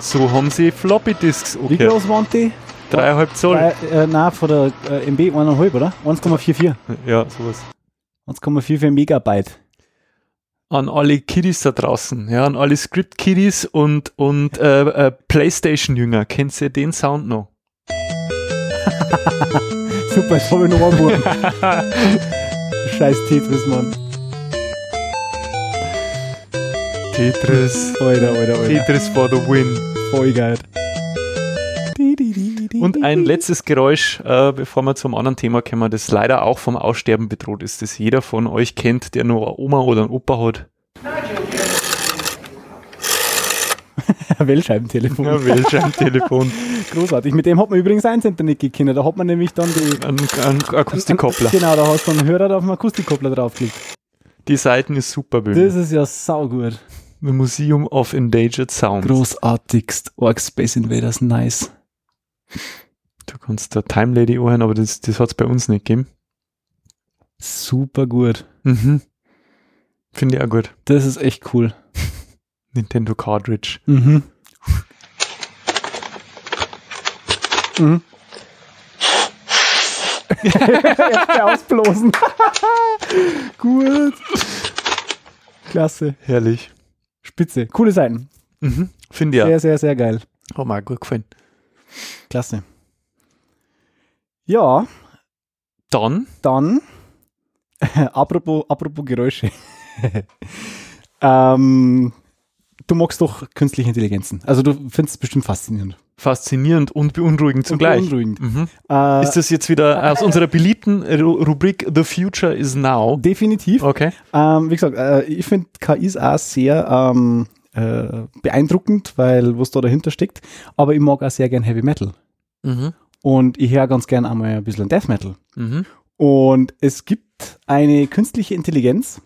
Speaker 1: so haben sie Floppy Disks
Speaker 2: Wie
Speaker 1: okay.
Speaker 2: groß waren die?
Speaker 1: Dreieinhalb Zoll.
Speaker 2: Drei, äh, nein, von der äh, MB 1,5, oder? 1,44.
Speaker 1: Ja, sowas.
Speaker 2: 1,44 Megabyte.
Speaker 1: An alle Kiddies da draußen, ja, an alle Script-Kiddies und, und äh, äh, Playstation-Jünger. Kennt ihr den Sound noch?
Speaker 2: Super, jetzt habe ich noch einen Wurm. [laughs] Scheiß Tetris, Mann.
Speaker 1: Tetris.
Speaker 2: Alter, alter, alter.
Speaker 1: Tetris for the win.
Speaker 2: Voll geil.
Speaker 1: Und ein letztes Geräusch, äh, bevor wir zum anderen Thema kommen, das leider auch vom Aussterben bedroht ist, das jeder von euch kennt, der nur eine Oma oder einen Opa hat.
Speaker 2: Wellscheibentelefon.
Speaker 1: Ja, welcher Telefon?
Speaker 2: Großartig. Mit dem hat man übrigens eins Internet gekennt. Da hat man nämlich dann die.
Speaker 1: [laughs] Ein, ein Akustikkoppler.
Speaker 2: Genau, da hast du einen Hörer, der auf den Akustikkoppler draufklickt.
Speaker 1: Die Seiten ist super
Speaker 2: Das
Speaker 1: böse.
Speaker 2: ist ja saugut.
Speaker 1: Museum of Endangered Sounds.
Speaker 2: Großartigst. Org Space Invaders, nice.
Speaker 1: Du kannst da Time Lady anhören, aber das, das hat es bei uns nicht gegeben.
Speaker 2: Super gut.
Speaker 1: Mhm. Finde ich auch gut.
Speaker 2: Das ist echt cool.
Speaker 1: Nintendo Cartridge.
Speaker 2: Mhm. Mhm. ausblosen. [laughs] Gut. Klasse.
Speaker 1: Herrlich.
Speaker 2: Spitze. Coole Seiten.
Speaker 1: Mhm. Finde ich auch.
Speaker 2: Sehr, sehr, sehr geil.
Speaker 1: Hat mir auch gut gefallen.
Speaker 2: Klasse. Ja,
Speaker 1: Dann,
Speaker 2: dann, [laughs] apropos, apropos Geräusche. [laughs] ähm, du magst doch künstliche Intelligenzen. Also du findest es bestimmt faszinierend.
Speaker 1: faszinierend und beunruhigend zugleich.
Speaker 2: Beunruhigend.
Speaker 1: Mhm.
Speaker 2: Äh,
Speaker 1: Ist das jetzt wieder aus unserer beliebten Ru- Rubrik The Future is Now?
Speaker 2: definitiv.
Speaker 1: Okay.
Speaker 2: Ähm, wie gesagt, äh, ich finde KIs auch sehr ähm, äh, beeindruckend, weil was da dahinter steckt. Aber ich mag auch sehr gern Heavy Metal.
Speaker 1: Mhm.
Speaker 2: Und ich höre ganz gern einmal ein bisschen Death Metal.
Speaker 1: Mhm.
Speaker 2: Und es gibt eine künstliche Intelligenz,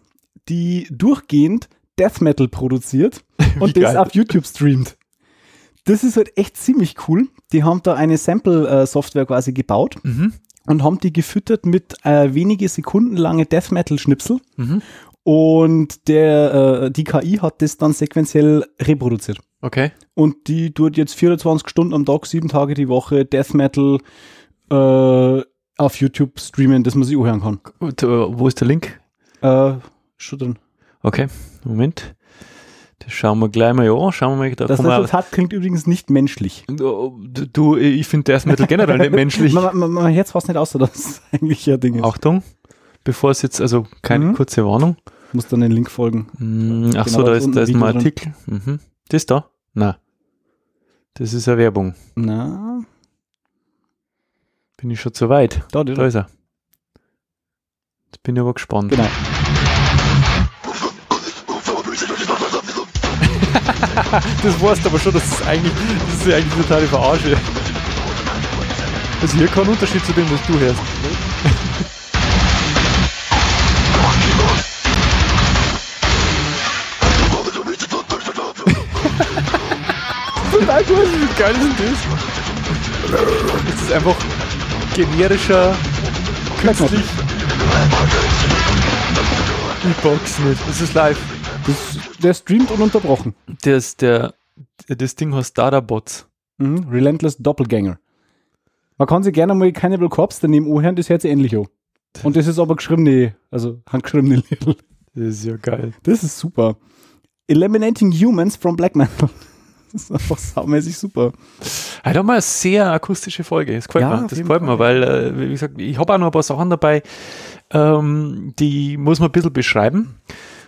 Speaker 2: die durchgehend Death Metal produziert und
Speaker 1: [laughs] Wie
Speaker 2: das
Speaker 1: geil.
Speaker 2: auf YouTube streamt. Das ist halt echt ziemlich cool. Die haben da eine Sample-Software quasi gebaut
Speaker 1: Mhm.
Speaker 2: und haben die gefüttert mit äh, wenige Sekunden lange Death Metal-Schnipsel.
Speaker 1: Mhm.
Speaker 2: Und der, äh, die KI hat das dann sequenziell reproduziert.
Speaker 1: Okay.
Speaker 2: Und die tut jetzt 24 Stunden am Tag, sieben Tage die Woche Death Metal äh, auf YouTube streamen, dass man sie anhören kann.
Speaker 1: Gut, äh, wo ist der Link?
Speaker 2: Äh, schon drin.
Speaker 1: Okay, Moment. Das schauen wir gleich mal an. Schauen wir mal, da
Speaker 2: Das
Speaker 1: kommen wir-
Speaker 2: Resultat klingt übrigens nicht menschlich.
Speaker 1: Du, ich finde Death Metal generell [laughs] nicht Äh, menschlich.
Speaker 2: Man, man, man hört fast nicht aus, [laughs] dass das eigentlich ja Ding ist.
Speaker 1: Achtung, bevor es jetzt, also keine
Speaker 2: Mhm.
Speaker 1: kurze Warnung.
Speaker 2: Muss dann den Link folgen.
Speaker 1: Hm, Ach so,
Speaker 2: Genau,
Speaker 1: da
Speaker 2: da ist
Speaker 1: ist,
Speaker 2: unten
Speaker 1: da ist
Speaker 2: ein
Speaker 1: ein
Speaker 2: Video
Speaker 1: Artikel. Mhm. Das da? Na, das ist eine Werbung.
Speaker 2: Na,
Speaker 1: Bin ich schon zu weit?
Speaker 2: da, da,
Speaker 1: Da
Speaker 2: da.
Speaker 1: ist er. Genau. Jetzt bin ich aber gespannt.
Speaker 2: Genau.
Speaker 1: [laughs] Das weißt aber schon, dass das eigentlich, das ist ja eigentlich eine totale Verarsche. Also hier kein Unterschied zu dem, was du hörst. Total gut, wie geil ist denn das? Das ist einfach generischer, künstlich. Ich box nicht, es ist live.
Speaker 2: Das, der streamt ununterbrochen.
Speaker 1: Das, der, das Ding heißt Dadabots.
Speaker 2: Mhm. Relentless Doppelgänger. Man kann sich gerne mal Cannibal Corpse daneben anhören, das hört sich ähnlich an. Und das ist aber geschriebene, also handgeschriebene Lieder.
Speaker 1: Das ist ja geil.
Speaker 2: Das ist super. Eliminating Humans from Black Metal. [laughs] Das ist einfach saumäßig super.
Speaker 1: Halt auch mal eine sehr akustische Folge. Das gefällt
Speaker 2: Ja,
Speaker 1: mir.
Speaker 2: auf
Speaker 1: Das
Speaker 2: jeden
Speaker 1: gefällt
Speaker 2: Fall.
Speaker 1: mir, weil, äh, wie gesagt, ich habe auch noch ein paar Sachen dabei, ähm, die muss man ein bisschen beschreiben.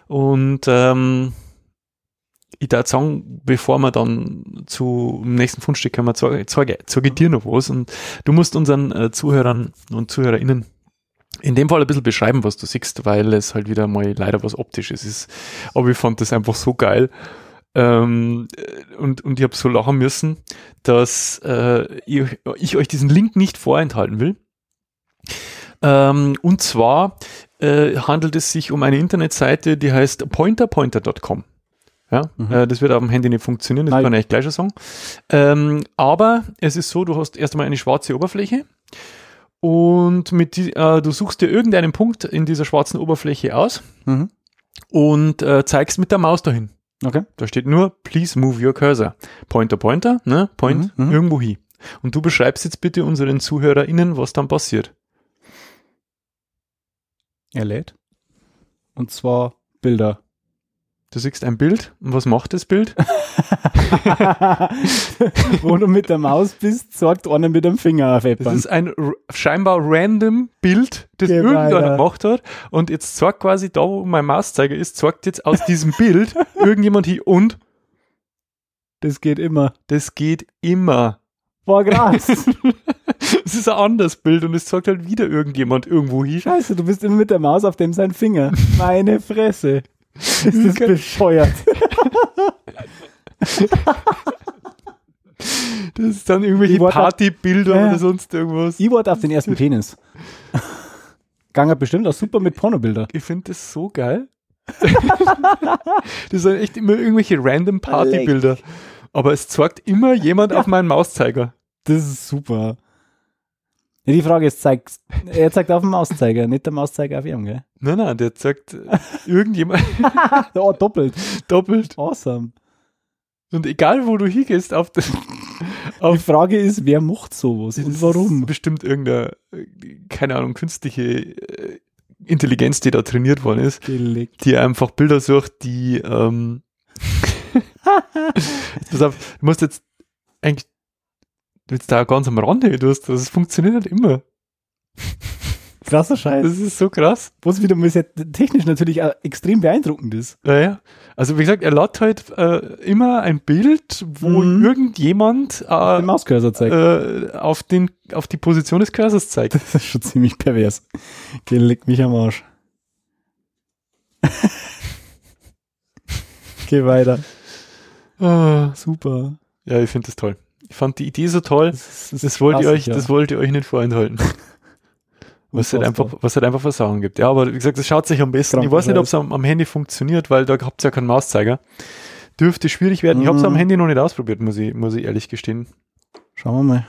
Speaker 1: Und ähm, ich würde sagen, bevor wir dann zum nächsten Fundstück kommen, zeige, zeige, zeige ich dir noch was. Und du musst unseren äh, Zuhörern und ZuhörerInnen in dem Fall ein bisschen beschreiben, was du siehst, weil es halt wieder mal leider was Optisches ist. Aber ich fand das einfach so geil. Ähm, äh, und, und ich habe so lachen müssen, dass äh, ich, ich euch diesen Link nicht vorenthalten will. Ähm, und zwar äh, handelt es sich um eine Internetseite, die heißt pointerpointer.com. Ja,
Speaker 2: Mhm.
Speaker 1: äh, das wird auf dem Handy nicht funktionieren, das
Speaker 2: Nein.
Speaker 1: kann ich eigentlich gleich schon sagen. Ähm, aber es ist so, du hast erst einmal eine schwarze Oberfläche und mit die, äh, du suchst dir irgendeinen Punkt in dieser schwarzen Oberfläche aus
Speaker 2: Mhm.
Speaker 1: und äh, zeigst mit der Maus dahin.
Speaker 2: Okay.
Speaker 1: Da steht nur, please move your cursor. Pointer, Pointer, ne? Point
Speaker 2: Mhm, mhm.
Speaker 1: irgendwo hin. Und du beschreibst jetzt bitte unseren ZuhörerInnen, was dann passiert.
Speaker 2: Er lädt. Und zwar [laughs] Bilder.
Speaker 1: Du siehst ein Bild und was macht das
Speaker 2: [laughs]
Speaker 1: Bild?
Speaker 2: Wo du mit der Maus bist, sorgt einer mit dem Finger auf
Speaker 1: Das
Speaker 2: etwas.
Speaker 1: ist ein r- scheinbar random Bild, das
Speaker 2: Geh
Speaker 1: irgendeiner
Speaker 2: weiter.
Speaker 1: gemacht hat. Und jetzt zeigt quasi da, wo mein Mauszeiger ist, zeigt jetzt aus diesem
Speaker 2: [laughs]
Speaker 1: Bild irgendjemand hin und
Speaker 2: Das geht immer.
Speaker 1: das geht
Speaker 2: [laughs]
Speaker 1: immer.
Speaker 2: Boah, [laughs] krass.
Speaker 1: Es ist ein anderes Bild und es zeigt halt wieder irgendjemand irgendwo hin.
Speaker 2: Scheiße, du bist immer mit der Maus auf dem sein Finger. Meine Fresse. Ist das bescheuert.
Speaker 1: Das ist dann irgendwelche
Speaker 2: Ich wollte-
Speaker 1: Partybilder
Speaker 2: Ja, ja.
Speaker 1: oder sonst irgendwas.
Speaker 2: Ich warte auf den ersten Penis. [laughs] Ganger bestimmt auch super mit Pornobilder.
Speaker 1: Ich finde das so [laughs] geil. das sind echt immer irgendwelche random Partybilder. Aber es zeigt immer jemand auf meinen Mauszeiger.
Speaker 2: Das ist super. Ja, die Frage ist, zeigst, er zeigt auf den Mauszeiger, nicht der Mauszeiger auf ihm, gell?
Speaker 1: Nein, nein, der zeigt äh, irgendjemand [laughs]
Speaker 2: Oh, doppelt.
Speaker 1: doppelt.
Speaker 2: Awesome.
Speaker 1: Und egal, wo du hingehst, auf das,
Speaker 2: Die Frage ist, wer macht sowas und warum?
Speaker 1: ist bestimmt irgendeine, äh, keine Ahnung, künstliche äh, Intelligenz, die da trainiert worden ist,
Speaker 2: Gelegt.
Speaker 1: die einfach Bilder sucht, die.
Speaker 2: [laughs]
Speaker 1: Ähm, jetzt pass auf, du musst jetzt eigentlich. Du bist da ganz am Rande, du hast, das funktioniert halt immer.
Speaker 2: Krasser Scheiß.
Speaker 1: Das ist so krass.
Speaker 2: Was wieder mal sehr technisch natürlich auch extrem beeindruckend ist.
Speaker 1: Naja. Also wie gesagt, er lädt halt äh, immer ein Bild, wo
Speaker 2: Mhm.
Speaker 1: irgendjemand
Speaker 2: Den
Speaker 1: äh,
Speaker 2: Mauscursor zeigt.
Speaker 1: äh, auf, den, auf die Position des Cursors
Speaker 2: [laughs]
Speaker 1: zeigt.
Speaker 2: Das ist schon ziemlich pervers. Gelegt mich am Arsch. [laughs] Geh weiter.
Speaker 1: Ah,
Speaker 2: Super.
Speaker 1: Ja, ich finde das toll. Ich fand die Idee so toll.
Speaker 2: Das,
Speaker 1: Das wollt, ihr
Speaker 2: krass,
Speaker 1: euch,
Speaker 2: ja.
Speaker 1: das wollt ihr euch nicht vorenthalten. Was halt,
Speaker 2: Unfassbar.
Speaker 1: einfach, was halt einfach Versagen gibt. Ja, aber wie gesagt, das schaut sich am besten. Ich
Speaker 2: Kranker
Speaker 1: weiß nicht,
Speaker 2: Scheiß.
Speaker 1: ob es am, am Handy funktioniert, weil da habt ihr ja keinen Mauszeiger. Dürfte schwierig werden. Ich habe es
Speaker 2: Mhm.
Speaker 1: am Handy noch nicht ausprobiert, muss ich, muss ich ehrlich gestehen.
Speaker 2: Schauen wir mal.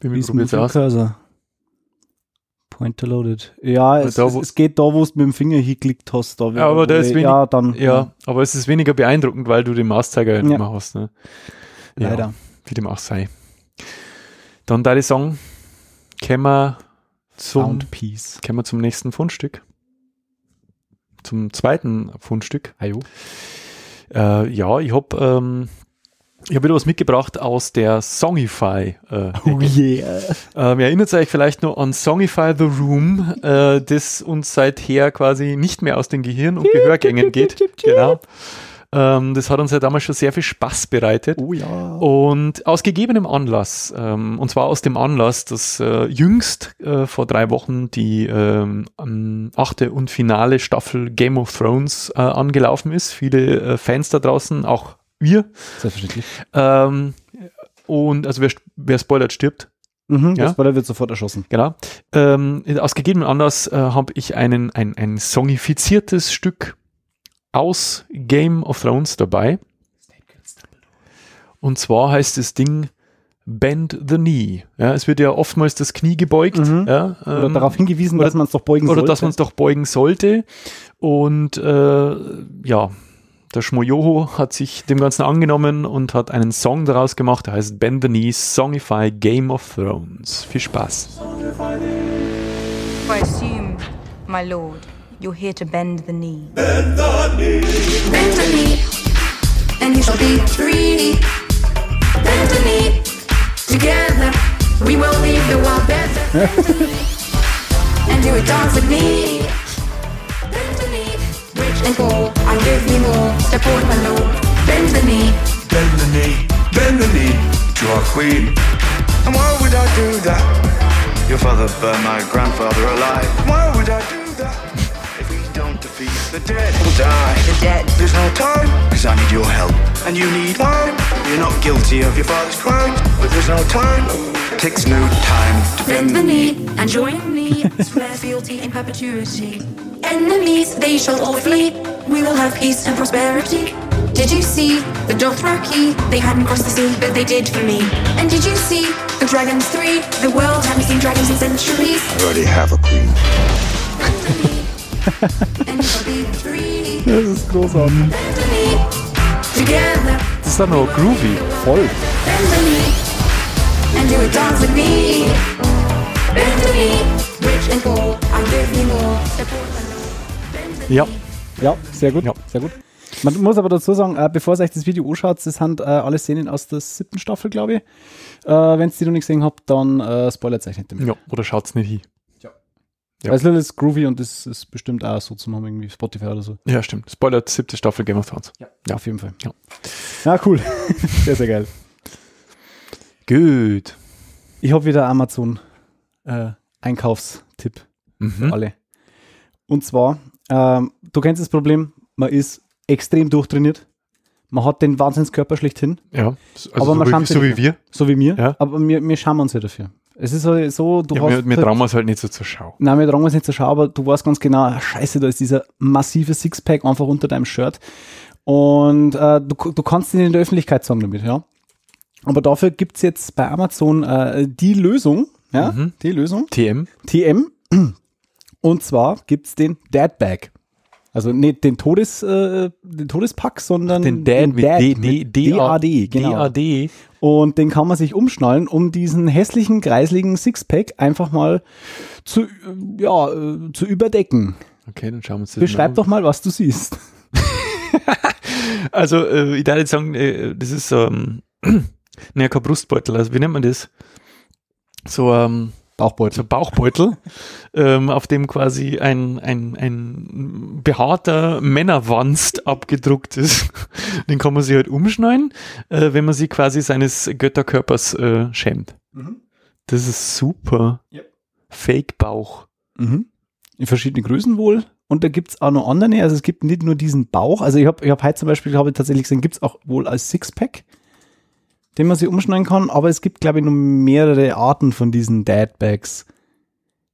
Speaker 1: Bin
Speaker 2: Wie
Speaker 1: mir
Speaker 2: ist mit
Speaker 1: probiert
Speaker 2: dem
Speaker 1: aus.
Speaker 2: Cursor? Pointer loaded. Ja, es,
Speaker 1: da, wo-
Speaker 2: es, es geht da, wo es mit dem Finger hingeklickt hast. Da, wo-
Speaker 1: Ja, aber
Speaker 2: wo- eh-
Speaker 1: da ist wenig-
Speaker 2: Ja, dann.
Speaker 1: Ja, aber es ist weniger beeindruckend, weil du den Mauszeiger ja. nicht
Speaker 2: Ja.
Speaker 1: mehr hast. Ne? Ja,
Speaker 2: leider.
Speaker 1: Wie dem auch sei. Dann da die Song. Kämen wir zum,
Speaker 2: Soundpiece.
Speaker 1: kämen wir zum nächsten Fundstück. Zum zweiten Fundstück.
Speaker 2: Ajo.
Speaker 1: Äh, ja, ich hab, ähm, ich hab wieder was mitgebracht aus der Songify. Äh, [laughs]
Speaker 2: Oh yeah.
Speaker 1: ähm, ihr erinnert euch vielleicht noch an Songify The Room, äh, das uns seither quasi nicht mehr aus den Gehirn und Gehörgängen geht. Genau. Ähm, das hat uns ja damals schon sehr viel Spaß bereitet.
Speaker 2: Oh ja.
Speaker 1: Und aus gegebenem Anlass, ähm, und zwar aus dem Anlass, dass äh, jüngst äh, vor drei Wochen die ähm, ähm, achte und finale Staffel Game of Thrones äh, angelaufen ist. Viele äh, Fans da draußen, auch wir.
Speaker 2: Selbstverständlich.
Speaker 1: Ähm, und also wer, st- wer spoilert, stirbt.
Speaker 2: Mhm,
Speaker 1: Ja.
Speaker 2: Das Spoiler wird sofort erschossen.
Speaker 1: Genau. Ähm, aus gegebenem Anlass äh, habe ich einen, ein, ein songifiziertes Stück aus Game of Thrones dabei. Und zwar heißt das Ding Bend the Knee. Ja, es wird ja oftmals das Knie gebeugt.
Speaker 2: Mhm.
Speaker 1: Ja,
Speaker 2: Oder
Speaker 1: ähm,
Speaker 2: darauf hingewiesen,
Speaker 1: oder-
Speaker 2: dass man es doch beugen
Speaker 1: oder
Speaker 2: sollte.
Speaker 1: dass man es doch beugen sollte. Und äh, ja, der Schmojoho hat sich dem Ganzen angenommen und hat einen Song daraus gemacht, der heißt Bend the Knees Songify Game of Thrones. Viel Spaß.
Speaker 4: I assume, my lord, you're here to bend the knee.
Speaker 5: Bend to me, and you shall be free. Bend to me, together we will leave the world better. Bend to me, and do a dance with me. Bend to me, rich and poor, I give you more. Step forward, my lord. Bend to me,
Speaker 6: Bend the knee, bend the knee to our queen. And why would I do that? Your father burned my grandfather alive. Why would I do that? If we don't defeat the dead, we'll die.
Speaker 4: The dead.
Speaker 6: There's no time, cause I need your help. And you need mine. You're not guilty of your father's crimes, but there's no time. Takes no time to
Speaker 5: bend the knee, and join me. Swear fealty in perpetuity. Enemies, they shall all flee. We will have peace and prosperity. Did you see the Dothraki? They hadn't crossed the sea, but they did for me. And did you see the Dragons Three? The world hadn't seen dragons in centuries.
Speaker 6: I already have a queen.
Speaker 5: Bend the knee, and you shall be free.
Speaker 2: das ist großartig.
Speaker 5: Bend the knee, together.
Speaker 1: Das ist dann noch groovy.
Speaker 2: Voll.
Speaker 5: Bend the knee, and do a dance with me. Bend the knee, rich and poor, I'll give you more. Step forward, my lord. Bend the
Speaker 1: Ja.
Speaker 2: Ja, sehr gut.
Speaker 1: Ja.
Speaker 2: Sehr gut. Man muss aber dazu sagen, äh, bevor ihr euch das Video anschaut, das sind äh, alle Szenen aus der siebten Staffel, glaube ich. Äh, Wenn ihr die noch nicht gesehen habt, dann äh, spoilert euch nicht damit.
Speaker 1: Ja, oder schaut's nicht hin. Ja.
Speaker 2: Weil es ist groovy und das ist bestimmt auch so zum haben, irgendwie Spotify oder so.
Speaker 1: Ja, stimmt. Spoilert siebte Staffel Game of Thrones.
Speaker 2: Auf jeden Fall.
Speaker 1: Ja.
Speaker 2: Ja, cool. [laughs] sehr, sehr geil.
Speaker 1: Gut.
Speaker 2: Ich habe wieder Amazon äh, Einkaufstipp
Speaker 1: Mhm. Hm?
Speaker 2: für alle. Und zwar, ähm, du kennst das Problem, man ist extrem durchtrainiert. Man hat den Wahnsinnskörper schlechthin,
Speaker 1: Ja. Also
Speaker 2: Aber
Speaker 1: so,
Speaker 2: man
Speaker 1: wie,
Speaker 2: schämt sich
Speaker 1: so wie
Speaker 2: nicht.
Speaker 1: wir.
Speaker 2: so wie mir,
Speaker 1: Ja.
Speaker 2: aber wir, wir schauen uns ja dafür. Es ist halt so, du
Speaker 1: Ja,
Speaker 2: hast.
Speaker 1: wir wir trauen uns halt nicht so zur Schau.
Speaker 2: Nein, wir tragen uns nicht zur Schau, aber du weißt ganz genau, ah, scheiße, da ist dieser massive Sixpack einfach unter deinem Shirt. Und äh, du, du kannst ihn in der Öffentlichkeit sagen damit, ja. Aber dafür gibt's jetzt bei Amazon äh, die Lösung, ja,
Speaker 1: Mhm.
Speaker 2: die Lösung,
Speaker 1: TM.
Speaker 2: TM. [clears throat] Und zwar gibt's den Dad Bag. Also nicht den, Todes, äh, den Todespack, sondern
Speaker 1: Den Dad mit
Speaker 2: Dad
Speaker 1: D, D,
Speaker 2: mit
Speaker 1: D, E, A-
Speaker 2: DAD, genau.
Speaker 1: DAD.
Speaker 2: Und den kann man sich umschnallen, um diesen hässlichen, kreisligen Sixpack einfach mal zu, äh, ja, äh, zu überdecken.
Speaker 1: Okay, dann schauen wir uns das
Speaker 2: Beschreib
Speaker 1: mal
Speaker 2: doch mal, was du siehst.
Speaker 1: an. Also, äh, ich darf jetzt sagen, äh, das ist ähm, [clears throat] naja, kein Brustbeutel. Also, wie nennt man das? So, ähm, so
Speaker 2: Bauchbeutel.
Speaker 1: ein [laughs] Bauchbeutel, ähm, auf dem quasi ein, ein, ein behaarter Männerwanst abgedruckt ist. [laughs] Den kann man sich halt umschneiden, äh, wenn man sich quasi seines Götterkörpers äh, schämt.
Speaker 2: Mhm.
Speaker 1: Das ist super.
Speaker 2: Ja.
Speaker 1: Fake-Bauch.
Speaker 2: Mhm. In verschiedenen Größen wohl. Und da gibt's auch noch andere. Also es gibt nicht nur diesen Bauch. Also ich habe ich hab heute zum Beispiel, glaube ich, tatsächlich gesehen, gibt's auch wohl als Sixpack, den man sich umschneiden kann. Aber es gibt, glaube ich, nur mehrere Arten von diesen Dadbags,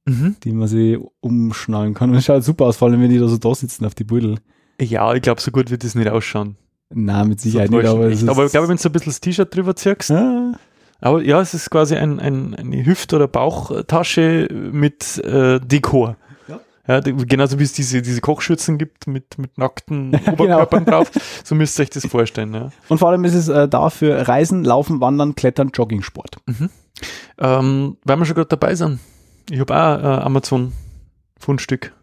Speaker 1: Mhm.
Speaker 2: die man sich umschneiden kann. Und das schaut super aus, vor allem wenn die da so da sitzen auf die Beutel.
Speaker 1: Ja, ich glaube, so gut wird das nicht ausschauen.
Speaker 2: Na, mit
Speaker 1: So
Speaker 2: Sicherheit nicht, aber es
Speaker 1: täuschend
Speaker 2: ist.
Speaker 1: nicht. aber ich glaube, wenn du so ein bisschen das T-Shirt drüber ziehst,
Speaker 2: Ah,
Speaker 1: aber ja, es ist quasi ein, ein, eine Hüft- oder Bauchtasche mit äh, Dekor.
Speaker 2: Ja.
Speaker 1: Ja, de- genauso wie es diese, diese Kochschürzen gibt mit, mit
Speaker 2: [laughs]
Speaker 1: nackten
Speaker 2: Genau.
Speaker 1: Oberkörpern drauf. So müsst ihr euch das vorstellen. Ja.
Speaker 2: Und vor allem ist es äh, da für Reisen, Laufen, Wandern, Klettern, Jogging-Sport.
Speaker 1: Ähm, weil wir schon gerade dabei sind. Ich habe auch äh, Amazon-Fundstück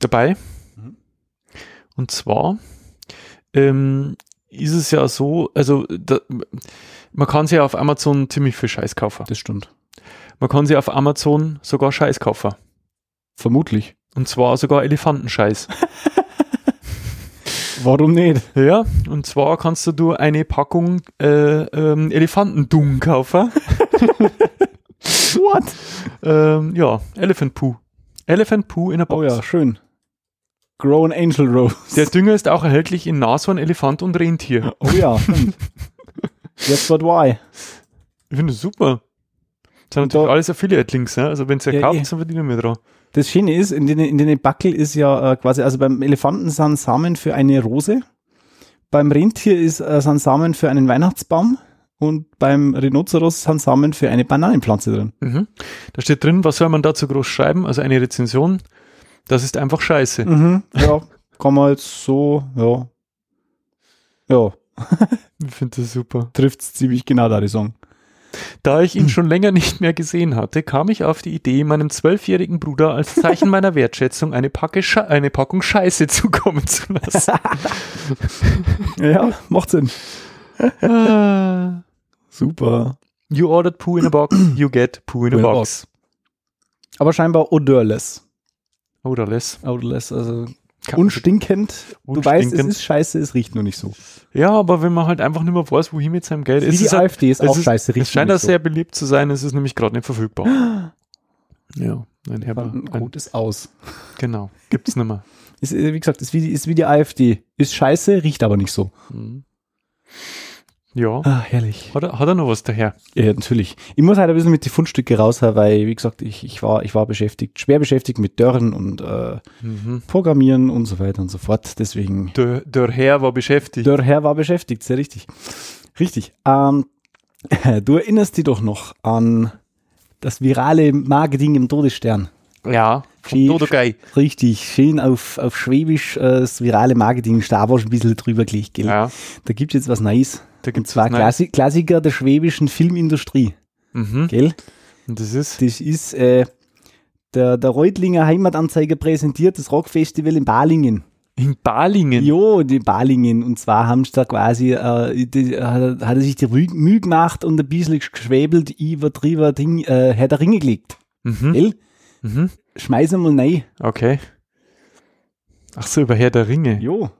Speaker 1: dabei.
Speaker 2: Mhm.
Speaker 1: Und zwar ähm, ist es ja so, also da, man kann sich ja auf Amazon ziemlich viel Scheiß kaufen.
Speaker 2: Das stimmt.
Speaker 1: Man kann sich auf Amazon sogar Scheiß kaufen.
Speaker 2: Vermutlich. [laughs]
Speaker 1: Und zwar sogar Elefantenscheiß.
Speaker 2: Warum nicht?
Speaker 1: Ja, und zwar kannst du dir eine Packung äh, ähm, Elefantendung
Speaker 2: [laughs]
Speaker 1: kaufen.
Speaker 2: [laughs] What?
Speaker 1: ähm, ja, Elephant Poo. Elephant Poo in der
Speaker 2: Oh
Speaker 1: Box.
Speaker 2: ja, schön. Grown Angel Rose.
Speaker 1: Der Dünger ist auch erhältlich in Nashorn, Elefant und Rentier.
Speaker 2: oh ja, [laughs] stimmt. Jetzt but why?
Speaker 1: Ich finde das super. Das sind
Speaker 2: Und da-
Speaker 1: natürlich alles Affiliate-Links, ne? Also wenn ihr
Speaker 2: Ja,
Speaker 1: kauft,
Speaker 2: eh.
Speaker 1: dann verdienen wir dran.
Speaker 2: Das Schöne ist, in den, in den Backel ist ja äh, quasi, also beim Elefanten sind Samen für eine Rose, beim Rentier ist, äh, sind Samen für einen Weihnachtsbaum und beim Rhinoceros sind Samen für eine Bananenpflanze drin.
Speaker 1: Mhm. Da steht drin, was soll man dazu groß schreiben? Also eine Rezension. Das ist einfach scheiße.
Speaker 2: Mhm, ja, kann man jetzt so, ja. Ja,
Speaker 1: Ich finde das super.
Speaker 2: trifft es ziemlich genau da, die Song.
Speaker 1: Da ich ihn schon länger nicht mehr gesehen hatte, kam ich auf die Idee, meinem zwölfjährigen Bruder als Zeichen meiner Wertschätzung eine, Packe Sche eine Packung Scheiße [laughs] zukommen zu [laughs] lassen.
Speaker 2: Ja, macht Sinn.
Speaker 1: Ah.
Speaker 2: Super.
Speaker 1: you ordered poo in a box, you get poo in a box.
Speaker 2: Aber scheinbar odorless.
Speaker 1: Oder less.
Speaker 2: Odorless, also
Speaker 1: Kann-
Speaker 2: unstinkend. Du weißt, es
Speaker 1: Unstinkend.
Speaker 2: ist scheiße, es riecht nur nicht so.
Speaker 1: Ja, aber wenn man halt einfach nicht mehr weiß, wohin mit seinem Geld
Speaker 2: Wie die
Speaker 1: halt-
Speaker 2: AfD ist
Speaker 1: es
Speaker 2: auch scheiße, riecht
Speaker 1: Es scheint
Speaker 2: nur
Speaker 1: auch
Speaker 2: nicht so.
Speaker 1: sehr beliebt zu sein, es ist nämlich gerade nicht verfügbar.
Speaker 2: [gasps]
Speaker 1: ja, ein herber.
Speaker 2: Ein
Speaker 1: Ein,
Speaker 2: gutes Aus.
Speaker 1: genau, gibt's nicht
Speaker 2: [laughs]
Speaker 1: mehr.
Speaker 2: Ist, äh, wie gesagt, ist wie, die- ist wie die AfD. Ist scheiße, riecht aber nicht so.
Speaker 1: Mhm. Ja,
Speaker 2: Ah, herrlich.
Speaker 1: hat er, hat er noch was daher?
Speaker 2: Ja, natürlich. Ich muss halt ein bisschen mit die Fundstücke raus, weil, wie gesagt, ich, ich, war, ich war beschäftigt, schwer beschäftigt mit Dörren und äh,
Speaker 1: Mhm.
Speaker 2: Programmieren und so weiter und so fort. Deswegen
Speaker 1: Der, der Herr war beschäftigt.
Speaker 2: Der Herr war beschäftigt, sehr richtig. Richtig. Ähm, [laughs] du erinnerst dich doch noch an das virale Marketing im Todesstern.
Speaker 1: ja, vom
Speaker 2: Die-
Speaker 1: Dodogai.
Speaker 2: Richtig, schön auf, auf Schwäbisch äh, das virale Marketing Star Wars ein bisschen drüber gelegt. Gell?
Speaker 1: Ja,
Speaker 2: Da gibt es jetzt was Neues.
Speaker 1: da
Speaker 2: Und
Speaker 1: gibt's
Speaker 2: zwar
Speaker 1: was Neues.
Speaker 2: Klassi Klassiker der schwäbischen Filmindustrie.
Speaker 1: Mhm.
Speaker 2: Gell?
Speaker 1: Und das ist
Speaker 2: Das ist äh, der, der Reutlinger Heimatanzeiger präsentiert das Rockfestival in Balingen.
Speaker 1: in Balingen.
Speaker 2: Jo, die Balingen. Und zwar haben sie da quasi, äh, die, hat, er- hat er sich die Rü- Mühe gemacht und ein bisschen geschwebelt, übertrieben, Ding, äh, Herr der Ringe gelegt.
Speaker 1: Mhm.
Speaker 2: Gell?
Speaker 1: Mhm.
Speaker 2: Schmeiß einmal rein.
Speaker 1: Okay. Ach so, über Herr der Ringe.
Speaker 2: Jo.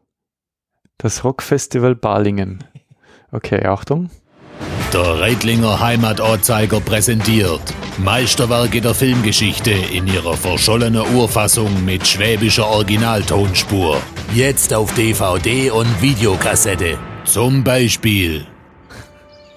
Speaker 1: Das Rockfestival Balingen. Okay, Achtung.
Speaker 7: Der Reitlinger Heimatortzeiger präsentiert Meisterwerke der Filmgeschichte in ihrer verschollener Urfassung mit schwäbischer Originaltonspur. Jetzt auf DVD und Videokassette. Zum Beispiel.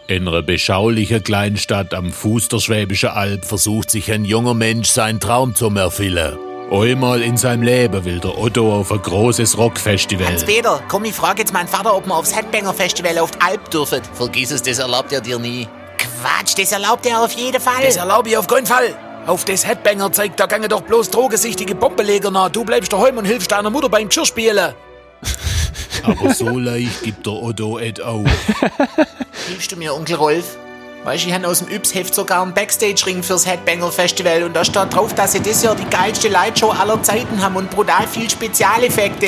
Speaker 7: In einer beschaulichen Kleinstadt am Fuß der Schwäbischen Alb versucht sich ein junger Mensch seinen Traum zu erfüllen. Einmal in seinem Leben will der Otto auf ein großes Rockfestival.
Speaker 8: Hans-Peter, komm, ich frage jetzt meinen Vater, ob wir aufs Headbanger-Festival auf die Alp dürfen.
Speaker 9: Vergiss es, das erlaubt er dir nie.
Speaker 8: Quatsch, das erlaubt er auf jeden Fall.
Speaker 9: Das erlaube ich auf keinen Fall. Auf das Headbanger zeigt, da gange doch bloß drogesichtige Bombenleger nach. Du bleibst daheim und hilfst deiner Mutter beim Geschirrspielen.
Speaker 7: [laughs] Aber so leicht gibt der Otto et auf.
Speaker 8: Hilfst du mir, Onkel Rolf? Weißt du, ich habe aus dem Übsheft sogar einen Backstage-Ring fürs Headbanger-Festival und da steht drauf, dass sie das Jahr die geilste Lightshow aller Zeiten haben und brutal viel Spezialeffekte.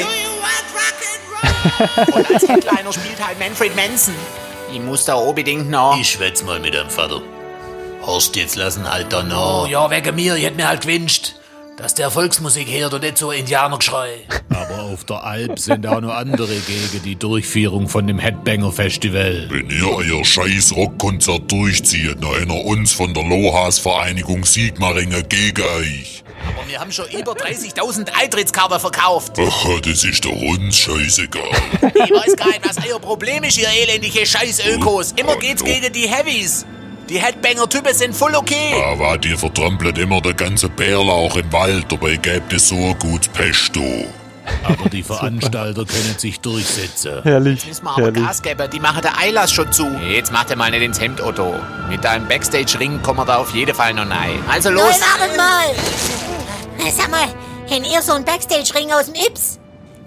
Speaker 8: Und als Headliner spielt halt Manfred Manson. Ich muss da unbedingt nach.
Speaker 7: Ich schwätz mal mit deinem Vater. Horst, jetzt lassen halt da
Speaker 9: Oh
Speaker 7: noch. ja, wegen mir, ich hätte mir halt gewünscht, dass der Volksmusik hört und nicht so Indianergeschrei. Aber auf der Alp sind auch noch andere gegen die Durchführung von dem Headbanger Festival.
Speaker 10: Wenn ihr euer scheiß Rockkonzert durchzieht, erinnert uns von der Lohas Vereinigung Sigmaringen gegen euch.
Speaker 9: Aber wir haben schon über 30.000 Eintrittskarten verkauft.
Speaker 10: Ach, das ist doch uns scheißegal.
Speaker 9: Ich weiß gar nicht, was euer Problem ist, ihr elendige Scheiß-Ökos. Immer geht's
Speaker 7: Oh,
Speaker 9: gegen die Heavies. Die Headbanger-Typen sind voll okay.
Speaker 10: Aber die vertrampelt immer den ganzen Bärlauch im Wald, dabei gäbt es so ein gutes Pesto.
Speaker 7: Aber die Veranstalter können sich durchsetzen.
Speaker 1: Herrlich.
Speaker 8: Müssen wir aber
Speaker 1: herrlich.
Speaker 8: Gas geben, die machen den Eilass schon zu. Jetzt mach dir mal nicht ins Hemd, Otto. Mit deinem Backstage-Ring kommen wir da auf jeden Fall noch rein. Also los!
Speaker 11: Guten Abend mal! Na, Sag mal, habt ihr so einen Backstage-Ring aus dem Ips?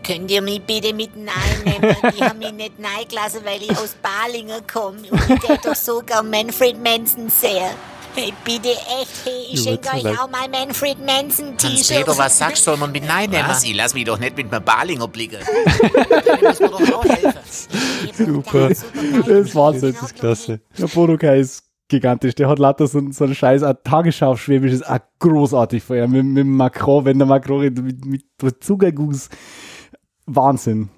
Speaker 11: Könnt ihr mich bitte mit Nein nehmen? Die haben mich nicht Nein gelassen, weil ich aus Balingen komme. Und ich tät doch so gern Manfred Manson sehr. Hey, bitte echt, hey, ich
Speaker 1: Ja,
Speaker 11: schenke
Speaker 1: tut mir leid.
Speaker 11: euch auch mal Manfred Manson-T-Shirt.
Speaker 8: Hans-Peter, was sagst du, soll man mit Nein nehmen?
Speaker 9: Was?
Speaker 8: Ich lass mich doch nicht mit einem
Speaker 9: [laughs]
Speaker 8: Balinger blicken.
Speaker 1: Super.
Speaker 2: Das ist Wahnsinn, das
Speaker 1: ist klasse.
Speaker 2: Der Bodokai ist gigantisch. Der hat lauter so, so einen scheiß ein Tagesschau auf Schwäbisch. Ist auch großartig vorher. Mit, mit dem Macron, wenn der Macron redet, mit, mit Zuckerguss. Wahnsinn.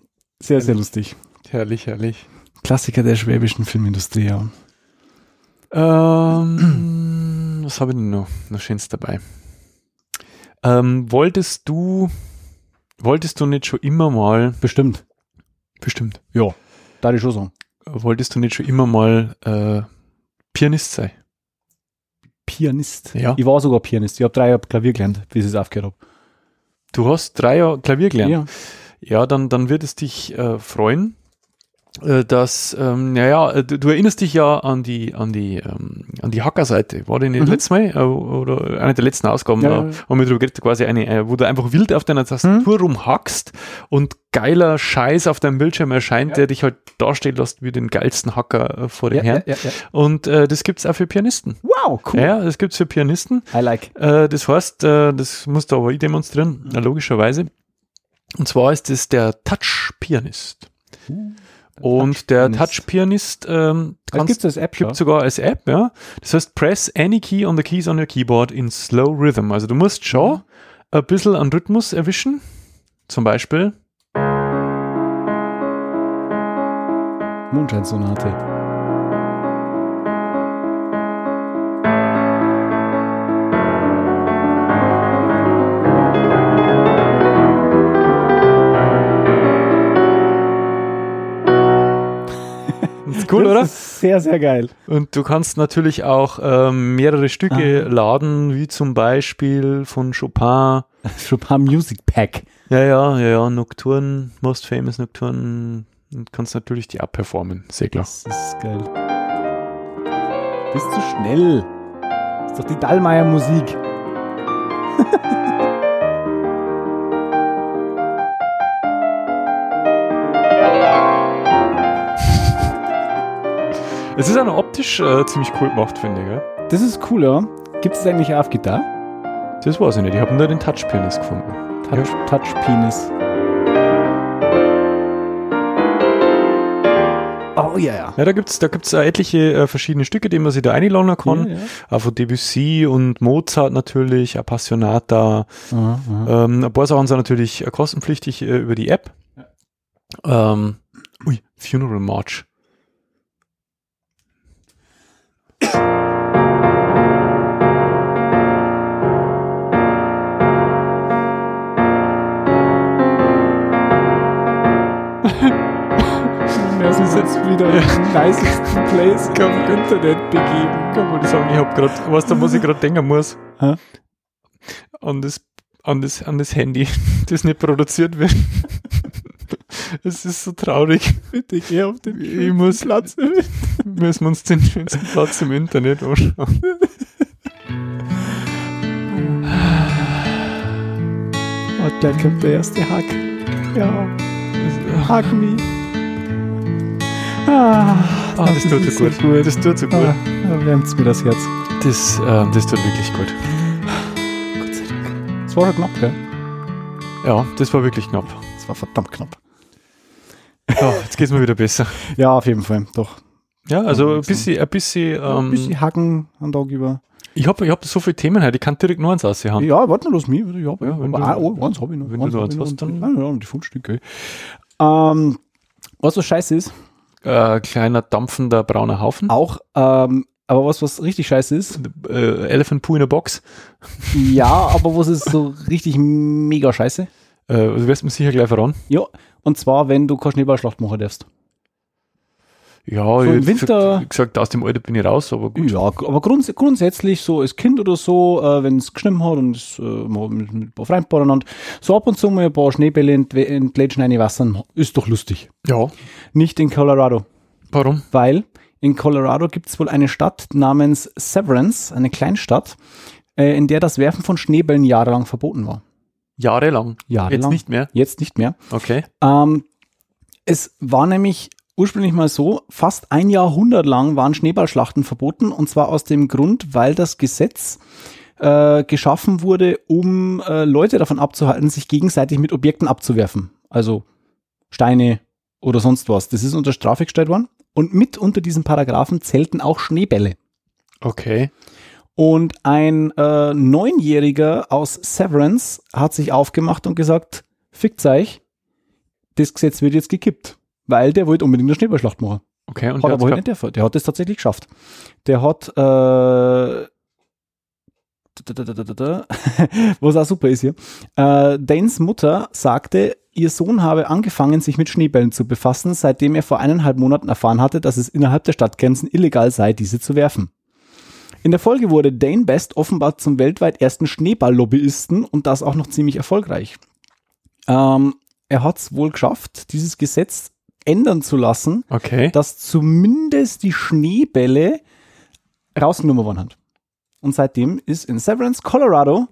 Speaker 2: Sehr, sehr lustig.
Speaker 1: Herrlich, herrlich.
Speaker 2: Klassiker der schwäbischen Filmindustrie, ja.
Speaker 1: Ähm, [clears throat] was habe ich denn noch? Noch Schönes dabei. Ähm, wolltest du, wolltest du nicht schon immer mal,
Speaker 2: Bestimmt.
Speaker 1: bestimmt,
Speaker 2: Ja. Da die schon sagen.
Speaker 1: wolltest du nicht schon immer mal äh, Pianist sein?
Speaker 2: Pianist.
Speaker 1: Ja.
Speaker 2: Ich war sogar Pianist. Ich habe drei Jahre Klavier gelernt, bis ich es aufgehört habe.
Speaker 1: Du hast drei Jahre Klavier gelernt. Ja, dann, dann wird es dich äh, freuen, äh, dass, ähm, naja, äh, du, du erinnerst dich ja an die, an die, ähm, an die Hackerseite. War die nicht
Speaker 2: Mhm.
Speaker 1: letztes Mal? Äh, oder eine der letzten Ausgaben,
Speaker 2: Ja,
Speaker 1: da
Speaker 2: ja, Mhm. ja.
Speaker 1: haben wir drüber geredet, quasi eine, äh, wo du einfach wild auf deiner Tastatur rumhackst und geiler Scheiß auf deinem Bildschirm erscheint, der dich halt dastehen lässt wie den geilsten Hacker äh, vor dem
Speaker 2: Ja, ja,
Speaker 1: Herrn.
Speaker 2: ja, ja.
Speaker 1: Und äh, das gibt's auch für Pianisten.
Speaker 2: Wow, cool.
Speaker 1: Ja, das gibt's für Pianisten.
Speaker 2: I like.
Speaker 1: Äh, das heißt, äh, das musst du aber ich demonstrieren,
Speaker 2: Mhm.
Speaker 1: äh, logischerweise. Und zwar ist es der Touch-Pianist.
Speaker 2: Mhm.
Speaker 1: Und der Touch-Pianist ähm,
Speaker 2: Also
Speaker 1: kannst-
Speaker 2: gibt's das App schon?
Speaker 1: gibt's sogar als App, ja. Das heißt, press any key on the keys on your keyboard in slow rhythm. Also du musst
Speaker 2: Mhm.
Speaker 1: schon ein bisschen an Rhythmus erwischen. Zum Beispiel
Speaker 2: Mondscheinsonate.
Speaker 1: ist cool, oder?
Speaker 2: ist sehr, sehr [laughs] geil.
Speaker 1: Und du kannst natürlich auch ähm, mehrere Stücke
Speaker 2: Ah.
Speaker 1: laden, wie zum Beispiel von Chopin
Speaker 2: Chopin Music Pack.
Speaker 1: Ja, ja, ja, ja, Nocturne, Most Famous Nocturne, und kannst natürlich die abperformen, sehr klar.
Speaker 2: Das ist geil. Bist zu schnell. Ist doch die Dallmayr Musik.
Speaker 1: Es ist auch noch optisch äh, ziemlich cool gemacht, finde ich, gell?
Speaker 2: Das ist cool, oder? Gibt es eigentlich auf Gitarre?
Speaker 1: Das weiß ich nicht, ich habe nur den Touch-Pianist gefunden.
Speaker 2: Touch, Touch Penis. Oh ja, ja.
Speaker 1: Ja, da gibt's da gibt's äh, etliche äh, verschiedene Stücke, die man sich da einladen kann.
Speaker 2: ja.
Speaker 1: Auch von Debussy und Mozart natürlich, Appassionata.
Speaker 2: Aha, aha.
Speaker 1: Ähm, ein paar Sachen sind natürlich äh, kostenpflichtig äh, über die App. Ähm, ui, Funeral March.
Speaker 2: Wir sind jetzt wieder im [laughs] nicesten Place im Internet begeben.
Speaker 1: Kann man das sagen, ich hab grad, was da muss ich gerade denken muss.
Speaker 2: Hä?
Speaker 1: An das, an das, an das Handy, [laughs] das nicht produziert
Speaker 2: [laughs]
Speaker 1: wird. Es ist so traurig. Bitte geh auf den ich muss, Platz. müssen wir uns den
Speaker 2: [laughs]
Speaker 1: schönsten Platz im Internet anschauen.
Speaker 2: Und da kommt Oh, der erste Hack. Ja, hack me. Ah,
Speaker 1: Ah, das tut so gut. Das tut so gut.
Speaker 2: Ah, da wärmt's mir das Herz.
Speaker 1: Das, ähm, das tut wirklich gut.
Speaker 2: Das war schon knapp, gell?
Speaker 1: Ja, das war wirklich knapp.
Speaker 2: Das war verdammt knapp.
Speaker 1: Ja, jetzt geht's mir wieder besser.
Speaker 2: Ja, auf jeden Fall, doch.
Speaker 1: Ja, also ein bisschen, ein bisschen,
Speaker 2: Ein
Speaker 1: ähm,
Speaker 2: bisschen hacken am Tag über.
Speaker 1: ich hab, ich hab so viele Themen heute, ich kann direkt nur eins aussehen haben.
Speaker 2: Ja, warte mal, lass mich. Ja, ja,
Speaker 1: ähm, wenn du-
Speaker 2: ah, oh, eins hab ich noch.
Speaker 1: wenn du
Speaker 2: eins
Speaker 1: da
Speaker 2: hab
Speaker 1: eins
Speaker 2: ich noch.
Speaker 1: hast, dann-
Speaker 2: Ja, ja, die Fundstücke. Ähm, was so scheiße ist,
Speaker 1: Äh, kleiner dampfender brauner Haufen.
Speaker 2: auch, ähm, aber was, was richtig
Speaker 1: [laughs]
Speaker 2: scheiße ist,
Speaker 1: äh, Elephant Poo in a Box.
Speaker 2: ja, aber was ist so richtig mega scheiße?
Speaker 1: Äh, du wirst mir sicher gleich voran.
Speaker 2: Ja, und zwar, wenn du keine Schneeballschlacht machen darfst.
Speaker 1: Ja,
Speaker 2: im
Speaker 1: ich hätte
Speaker 2: Winter-
Speaker 1: gesagt, gesagt, aus dem Alter bin ich raus, aber gut.
Speaker 2: Ja, gu- aber grunds grundsätzlich so als Kind oder so, äh, wenn es geschnitten hat und es äh, mal mit, mit ein paar Freunden beieinander, so ab und zu mal ein paar Schneebälle entwe- entlätschen, eine Wasser, ist doch lustig.
Speaker 1: Ja,
Speaker 2: Nicht in Colorado,
Speaker 1: warum?
Speaker 2: weil in Colorado gibt es wohl eine Stadt namens Severance, eine Kleinstadt, äh, in der das Werfen von Schneebällen jahrelang verboten war.
Speaker 1: Jahrelang.
Speaker 2: Jahrelang.
Speaker 1: Jetzt nicht mehr.
Speaker 2: Jetzt nicht mehr.
Speaker 1: Okay.
Speaker 2: Ähm, es war nämlich ursprünglich mal so, fast ein Jahrhundert lang waren Schneeballschlachten verboten und zwar aus dem Grund, weil das Gesetz äh, geschaffen wurde, um äh, Leute davon abzuhalten, sich gegenseitig mit Objekten abzuwerfen. Also Steine oder sonst was. Das ist unter Strafe gestellt worden. Und mit unter diesen Paragraphen zählten auch Schneebälle.
Speaker 1: Okay.
Speaker 2: Und ein äh, Neunjähriger aus Severance hat sich aufgemacht und gesagt, fickt euch, das Gesetz wird jetzt gekippt, weil der wollte unbedingt eine Schneeballschlacht machen.
Speaker 1: Okay, und
Speaker 2: hat
Speaker 1: der
Speaker 2: aber halt
Speaker 1: hat's
Speaker 2: nicht der, der hat das tatsächlich geschafft. Der hat, äh, da, da, da, da, da, da, [laughs] was auch super ist hier, äh, Danes Mutter sagte, ihr Sohn habe angefangen, sich mit Schneebällen zu befassen, seitdem er vor eineinhalb Monaten erfahren hatte, dass es innerhalb der Stadtgrenzen illegal sei, diese zu werfen. In der Folge wurde Dane Best offenbar zum weltweit ersten Schneeball-Lobbyisten und das auch noch ziemlich erfolgreich. Ähm, er hat es wohl geschafft, dieses Gesetz ändern zu lassen,
Speaker 1: Okay.
Speaker 2: dass zumindest die Schneebälle rausgenommen worden hat. Und seitdem ist in Severance, Colorado,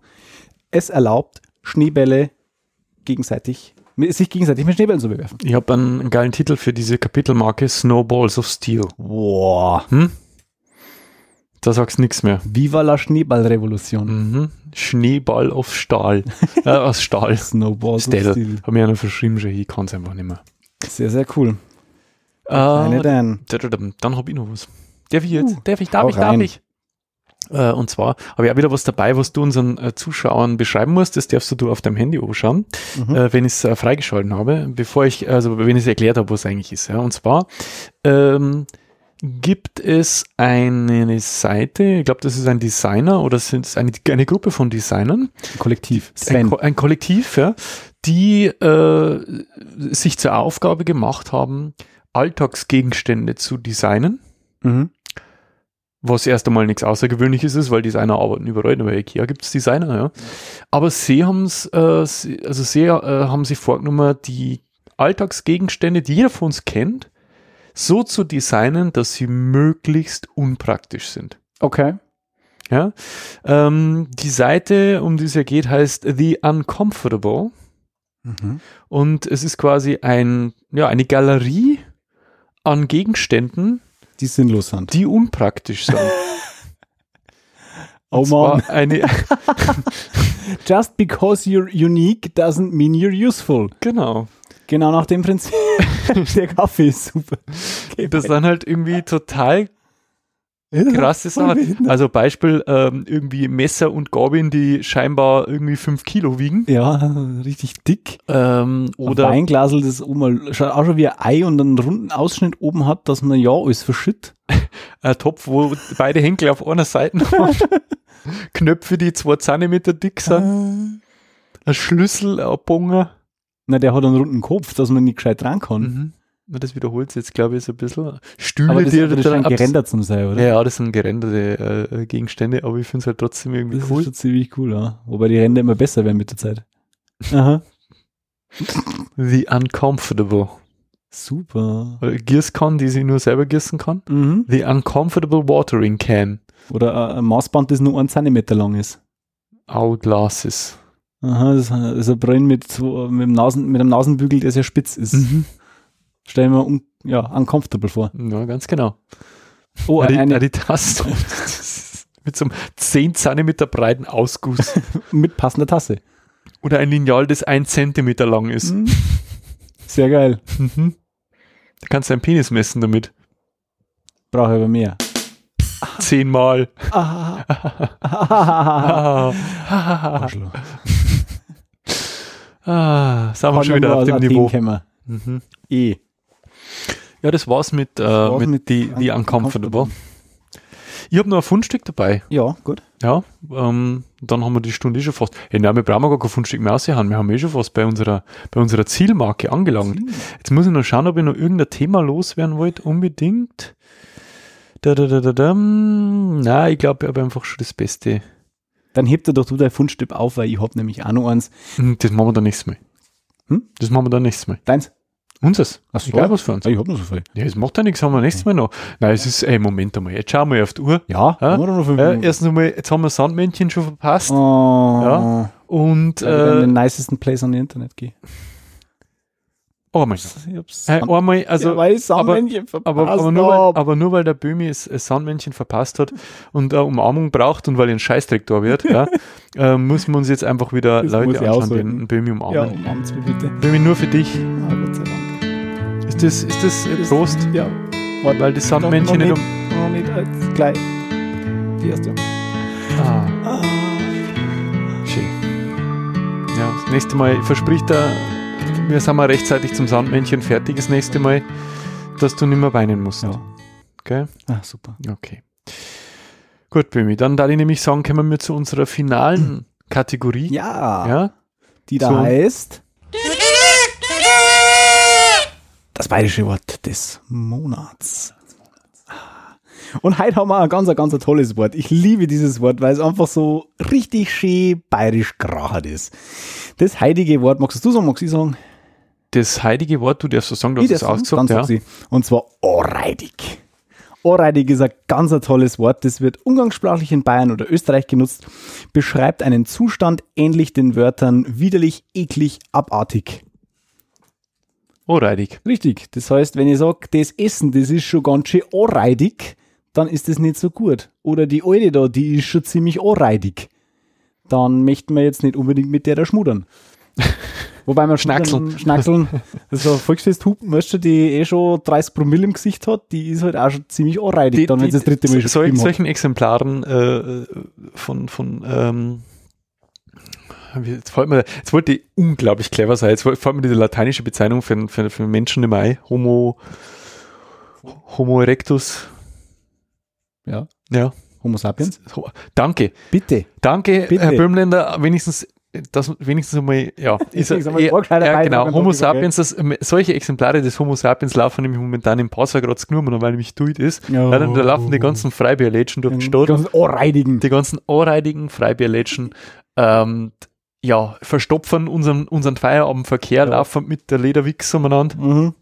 Speaker 2: es erlaubt, Schneebälle gegenseitig, sich gegenseitig mit Schneebällen zu bewerfen.
Speaker 1: Ich habe einen, einen geilen Titel für diese Kapitelmarke Snowballs of Steel.
Speaker 2: Boah.
Speaker 1: Hm? Da sagst du nichts mehr.
Speaker 2: Viva la Schneeballrevolution.
Speaker 1: Mhm. Schneeball auf
Speaker 2: [laughs]
Speaker 1: Stahl. äh, aus Stahl.
Speaker 2: Snowball
Speaker 1: Stell. Hab mir einer verschrieben schon, ich kann es einfach nicht mehr.
Speaker 2: Sehr, sehr cool.
Speaker 1: Äh,
Speaker 2: Eine Dan.
Speaker 1: Dadadam. Dann hab ich noch was. Darf ich jetzt?
Speaker 2: Uh,
Speaker 1: darf ich, darf
Speaker 2: hau
Speaker 1: ich, darf
Speaker 2: rein.
Speaker 1: ich? Äh, und zwar habe ich auch wieder was dabei, was du unseren äh, Zuschauern beschreiben musst. Das darfst du du auf deinem Handy anschauen, äh, wenn ich es äh, freigeschalten habe, bevor ich, also wenn ich es erklärt habe, was eigentlich ist. Ja. Und zwar ähm, gibt es eine Seite, ich glaube, das ist ein Designer oder sind es eine, eine Gruppe von Designern,
Speaker 2: Kollektiv.
Speaker 1: ein,
Speaker 2: Sven.
Speaker 1: Ko ein Kollektiv, ja, die äh, sich zur Aufgabe gemacht haben, Alltagsgegenstände zu designen,
Speaker 2: Mhm.
Speaker 1: was erst einmal nichts Außergewöhnliches ist, weil Designer arbeiten überall, aber Ikea gibt es Designer, ja. Aber sie haben es, äh, sie- also sie äh, haben sich vorgenommen, die Alltagsgegenstände, die jeder von uns kennt, so zu designen, dass sie möglichst unpraktisch sind.
Speaker 2: Okay.
Speaker 1: Ja? Ähm, die Seite, um die es ja geht, heißt The Uncomfortable.
Speaker 2: Mhm.
Speaker 1: Und es ist quasi ein, ja, eine Galerie an Gegenständen,
Speaker 2: Die sinnlos sind.
Speaker 1: die unpraktisch sind.
Speaker 2: [laughs] Oh man.
Speaker 1: Zwar eine, [laughs]
Speaker 2: Just because you're unique doesn't mean you're useful.
Speaker 1: genau.
Speaker 2: Genau nach
Speaker 1: [laughs]
Speaker 2: dem Prinzip. Der Kaffee ist super.
Speaker 1: Das sind halt irgendwie total krasse
Speaker 2: voll
Speaker 1: Sachen.
Speaker 2: behindert.
Speaker 1: Also Beispiel ähm, irgendwie Messer und Gabeln, die scheinbar irgendwie fünf Kilo wiegen.
Speaker 2: Ja, richtig dick.
Speaker 1: Ähm,
Speaker 2: Oder
Speaker 1: oder
Speaker 2: ein Weinglasel, das oben mal, schaut auch schon wie ein Ei und einen runden Ausschnitt oben hat, dass man ja alles verschütt.
Speaker 1: ein Topf, wo beide Henkel auf einer Seite
Speaker 2: [laughs]
Speaker 1: haben. Knöpfe, die zwei Zentimeter dick sind. Ein Schlüssel, ein Bonger.
Speaker 2: Na, der hat einen runden Kopf, dass man nicht gescheit dran kann.
Speaker 1: Mhm. Na, das wiederholt sich jetzt, glaube ich, so ein bisschen. Stühle,
Speaker 2: Aber das,
Speaker 1: die
Speaker 2: das
Speaker 1: da
Speaker 2: scheint
Speaker 1: abs-
Speaker 2: gerendert zu sein, oder?
Speaker 1: Ja, ja, das sind gerenderte äh, Gegenstände, aber ich finde es halt trotzdem irgendwie
Speaker 2: das
Speaker 1: cool.
Speaker 2: ist schon ziemlich cool, ja. Wobei die Ränder immer besser werden mit der Zeit. Aha.
Speaker 1: The Uncomfortable.
Speaker 2: Super.
Speaker 1: Oder Gießkann, die sie nur selber gießen kann.
Speaker 2: Mhm.
Speaker 1: The Uncomfortable Watering Can.
Speaker 2: Oder äh, ein- ein Maßband, das nur einen Zentimeter lang ist.
Speaker 1: All Glasses.
Speaker 2: Aha, das ist ein- das ist ein Brillen mit, so, mit, dem Nasen, mit einem Nasenbügel, der sehr spitz ist. Stellen wir un, ja, uncomfortable vor.
Speaker 1: Ja, ganz genau.
Speaker 2: Oh,
Speaker 1: Eine,
Speaker 2: eine,
Speaker 1: eine, Taste.
Speaker 2: [laughs]
Speaker 1: Mit so einem 10 Zentimeter breiten Ausguss.
Speaker 2: mit passender Tasse.
Speaker 1: Oder ein Lineal, das ein Zentimeter lang ist.
Speaker 2: Mhm. Sehr geil.
Speaker 1: Da kannst du deinen Penis messen damit.
Speaker 2: Brauche ich aber [laughs] mehr.
Speaker 1: Zehnmal. [laughs] Ah,
Speaker 2: Arschloch.
Speaker 1: ah, sind wir schon wieder auf dem Niveau. Mhm.
Speaker 2: E.
Speaker 1: Ja, das war's mit, äh,
Speaker 2: war's
Speaker 1: mit,
Speaker 2: mit
Speaker 1: die, die
Speaker 2: Uncomfortable.
Speaker 1: Uncomfortable. Ich habe noch ein Fundstück dabei.
Speaker 2: Ja, gut.
Speaker 1: Ja, ähm, dann haben wir die Stunde eh schon fast. Hey, nein, wir brauchen gar kein Fundstück mehr ausgehauen. Wir haben eh schon fast bei unserer, bei unserer Zielmarke angelangt. Jetzt muss ich noch schauen, ob ich noch irgendein Thema loswerden wollte, unbedingt. Da, da, da, da, da. Nein, ich glaube, ich habe einfach schon das Beste.
Speaker 2: Dann hebt er doch du dein Fundstück auf, weil ich hab nämlich auch noch eins.
Speaker 1: Hm, Das machen wir dann nächstes Mal.
Speaker 2: Hm?
Speaker 1: Das machen wir dann nächstes Mal.
Speaker 2: Deins?
Speaker 1: Unseres.
Speaker 2: Ach so.
Speaker 1: Egal was für uns.
Speaker 2: Ich hab noch so viel.
Speaker 1: Ja, es macht ja nichts, haben wir nächstes Mal noch. Nein, es ist, ey, Moment einmal, jetzt schauen wir auf die Uhr.
Speaker 2: Ja,
Speaker 1: Ja?
Speaker 2: haben wir doch noch fünf
Speaker 1: Äh,
Speaker 2: Minuten.
Speaker 1: erstens einmal, jetzt haben wir Sandmännchen schon verpasst.
Speaker 2: Oh,
Speaker 1: Ja. Und,
Speaker 2: weil ich dann in
Speaker 1: äh,
Speaker 2: den nicesten Place on the Internet gehe.
Speaker 1: einmal.
Speaker 2: Ich hab's.
Speaker 1: Hey, einmal, also,
Speaker 2: ja, weil ich
Speaker 1: aber,
Speaker 2: Sandmännchen
Speaker 1: aber,
Speaker 2: verpasst
Speaker 1: aber, nur, weil,
Speaker 2: hab.
Speaker 1: aber nur weil der Böhmi es es Sandmännchen verpasst hat und eine Umarmung braucht und weil er ein Scheißdreck da
Speaker 2: [laughs]
Speaker 1: wird, ja, äh, müssen wir uns jetzt einfach wieder
Speaker 2: Das muss
Speaker 1: Leute
Speaker 2: ich
Speaker 1: anschauen, die
Speaker 2: aushalten.
Speaker 1: einen Böhmi
Speaker 2: Ja,
Speaker 1: umarmen.
Speaker 2: umarmt mich bitte.
Speaker 1: Böhmi, nur für dich.
Speaker 2: Ah, Gott sei Dank.
Speaker 1: Ist das, ist das äh, Prost?
Speaker 2: Ja.
Speaker 1: Weil das Sandmännchen nicht
Speaker 2: noch
Speaker 1: um.
Speaker 2: nicht, noch nicht als gleich. Die erste.
Speaker 1: Ah. Schön. Ja, das nächste Mal verspricht er wir sind mal rechtzeitig zum Sandmännchen fertig das nächste Mal, dass du nicht mehr weinen musst. Ja. Okay?
Speaker 2: Ah, super.
Speaker 1: Okay. Gut, Bömi, dann darf ich nämlich sagen, kommen wir zu unserer finalen Kategorie.
Speaker 2: Hm. Ja.
Speaker 1: ja?
Speaker 2: Die da
Speaker 1: So.
Speaker 2: heißt. Das bayerische Wort des Monats. Und heute haben wir ein ganz, ein ganz ein tolles Wort. Ich liebe dieses Wort, weil es einfach so richtig schön bayerisch gerachert ist. Das heilige Wort, magst du sagen, magst du sagen?
Speaker 1: Das heilige Wort, du darfst so sagen, du hast
Speaker 2: Ich
Speaker 1: es
Speaker 2: darf sagen?
Speaker 1: ausgesucht.
Speaker 2: Dann
Speaker 1: Ja.
Speaker 2: sag ne? sie. Und zwar ohrreidig. Ohrreidig ist ein ganz ein tolles Wort. Das wird umgangssprachlich in Bayern oder Österreich genutzt. Beschreibt einen Zustand ähnlich den Wörtern widerlich, eklig, abartig.
Speaker 1: Ohrreidig.
Speaker 2: Richtig. Das heißt, wenn ich sage, das Essen, das ist schon ganz schön ohrreidig, dann ist das nicht so gut. Oder die alte da, die ist schon ziemlich ohrreidig. Dann möchten wir jetzt nicht unbedingt mit der da [laughs] schmudern. Wobei man
Speaker 1: Schnackseln.
Speaker 2: [laughs] Schnackeln, also Volksfest Hupen, weißt du, die eh schon 30 Promille im Gesicht hat, die ist halt auch schon ziemlich ohrreidig, dann wenn sie das dritte Mal schon
Speaker 1: sol-
Speaker 2: geschrieben hat.
Speaker 1: solchen Exemplaren äh, von, von ähm, wie- jetzt, fällt mir, jetzt wollte ich unglaublich clever sein, jetzt fällt fällt mir diese lateinische Bezeichnung für, für, für Menschen im Mai, Homo, Homo erectus,
Speaker 2: Ja,
Speaker 1: ja.
Speaker 2: Homo sapiens.
Speaker 1: Ho- Danke,
Speaker 2: Bitte.
Speaker 1: danke,
Speaker 2: Bitte.
Speaker 1: Herr Böhmländer, wenigstens das wenigstens einmal,
Speaker 2: [laughs]
Speaker 1: ja, ist,
Speaker 2: Wenigstens einmal
Speaker 1: ja,
Speaker 2: ein gescheiter
Speaker 1: ja
Speaker 2: Beitrag
Speaker 1: genau,
Speaker 2: an
Speaker 1: Homo
Speaker 2: Dominik, okay.
Speaker 1: sapiens, das, solche Exemplare des Homo sapiens laufen nämlich momentan im Passau gerade genommen, und weil nämlich duid ist,
Speaker 2: Ja.
Speaker 1: ja, dann, da laufen die ganzen Freibierlädchen durch den
Speaker 2: Die
Speaker 1: Stadt
Speaker 2: ganzen Ohrreidigen.
Speaker 1: die ganzen ohrreidigen Freibierlätschen ähm, t- ja, verstopfen unseren, unseren Feierabendverkehr, laufen mit der Lederwichs umeinander
Speaker 2: Mhm.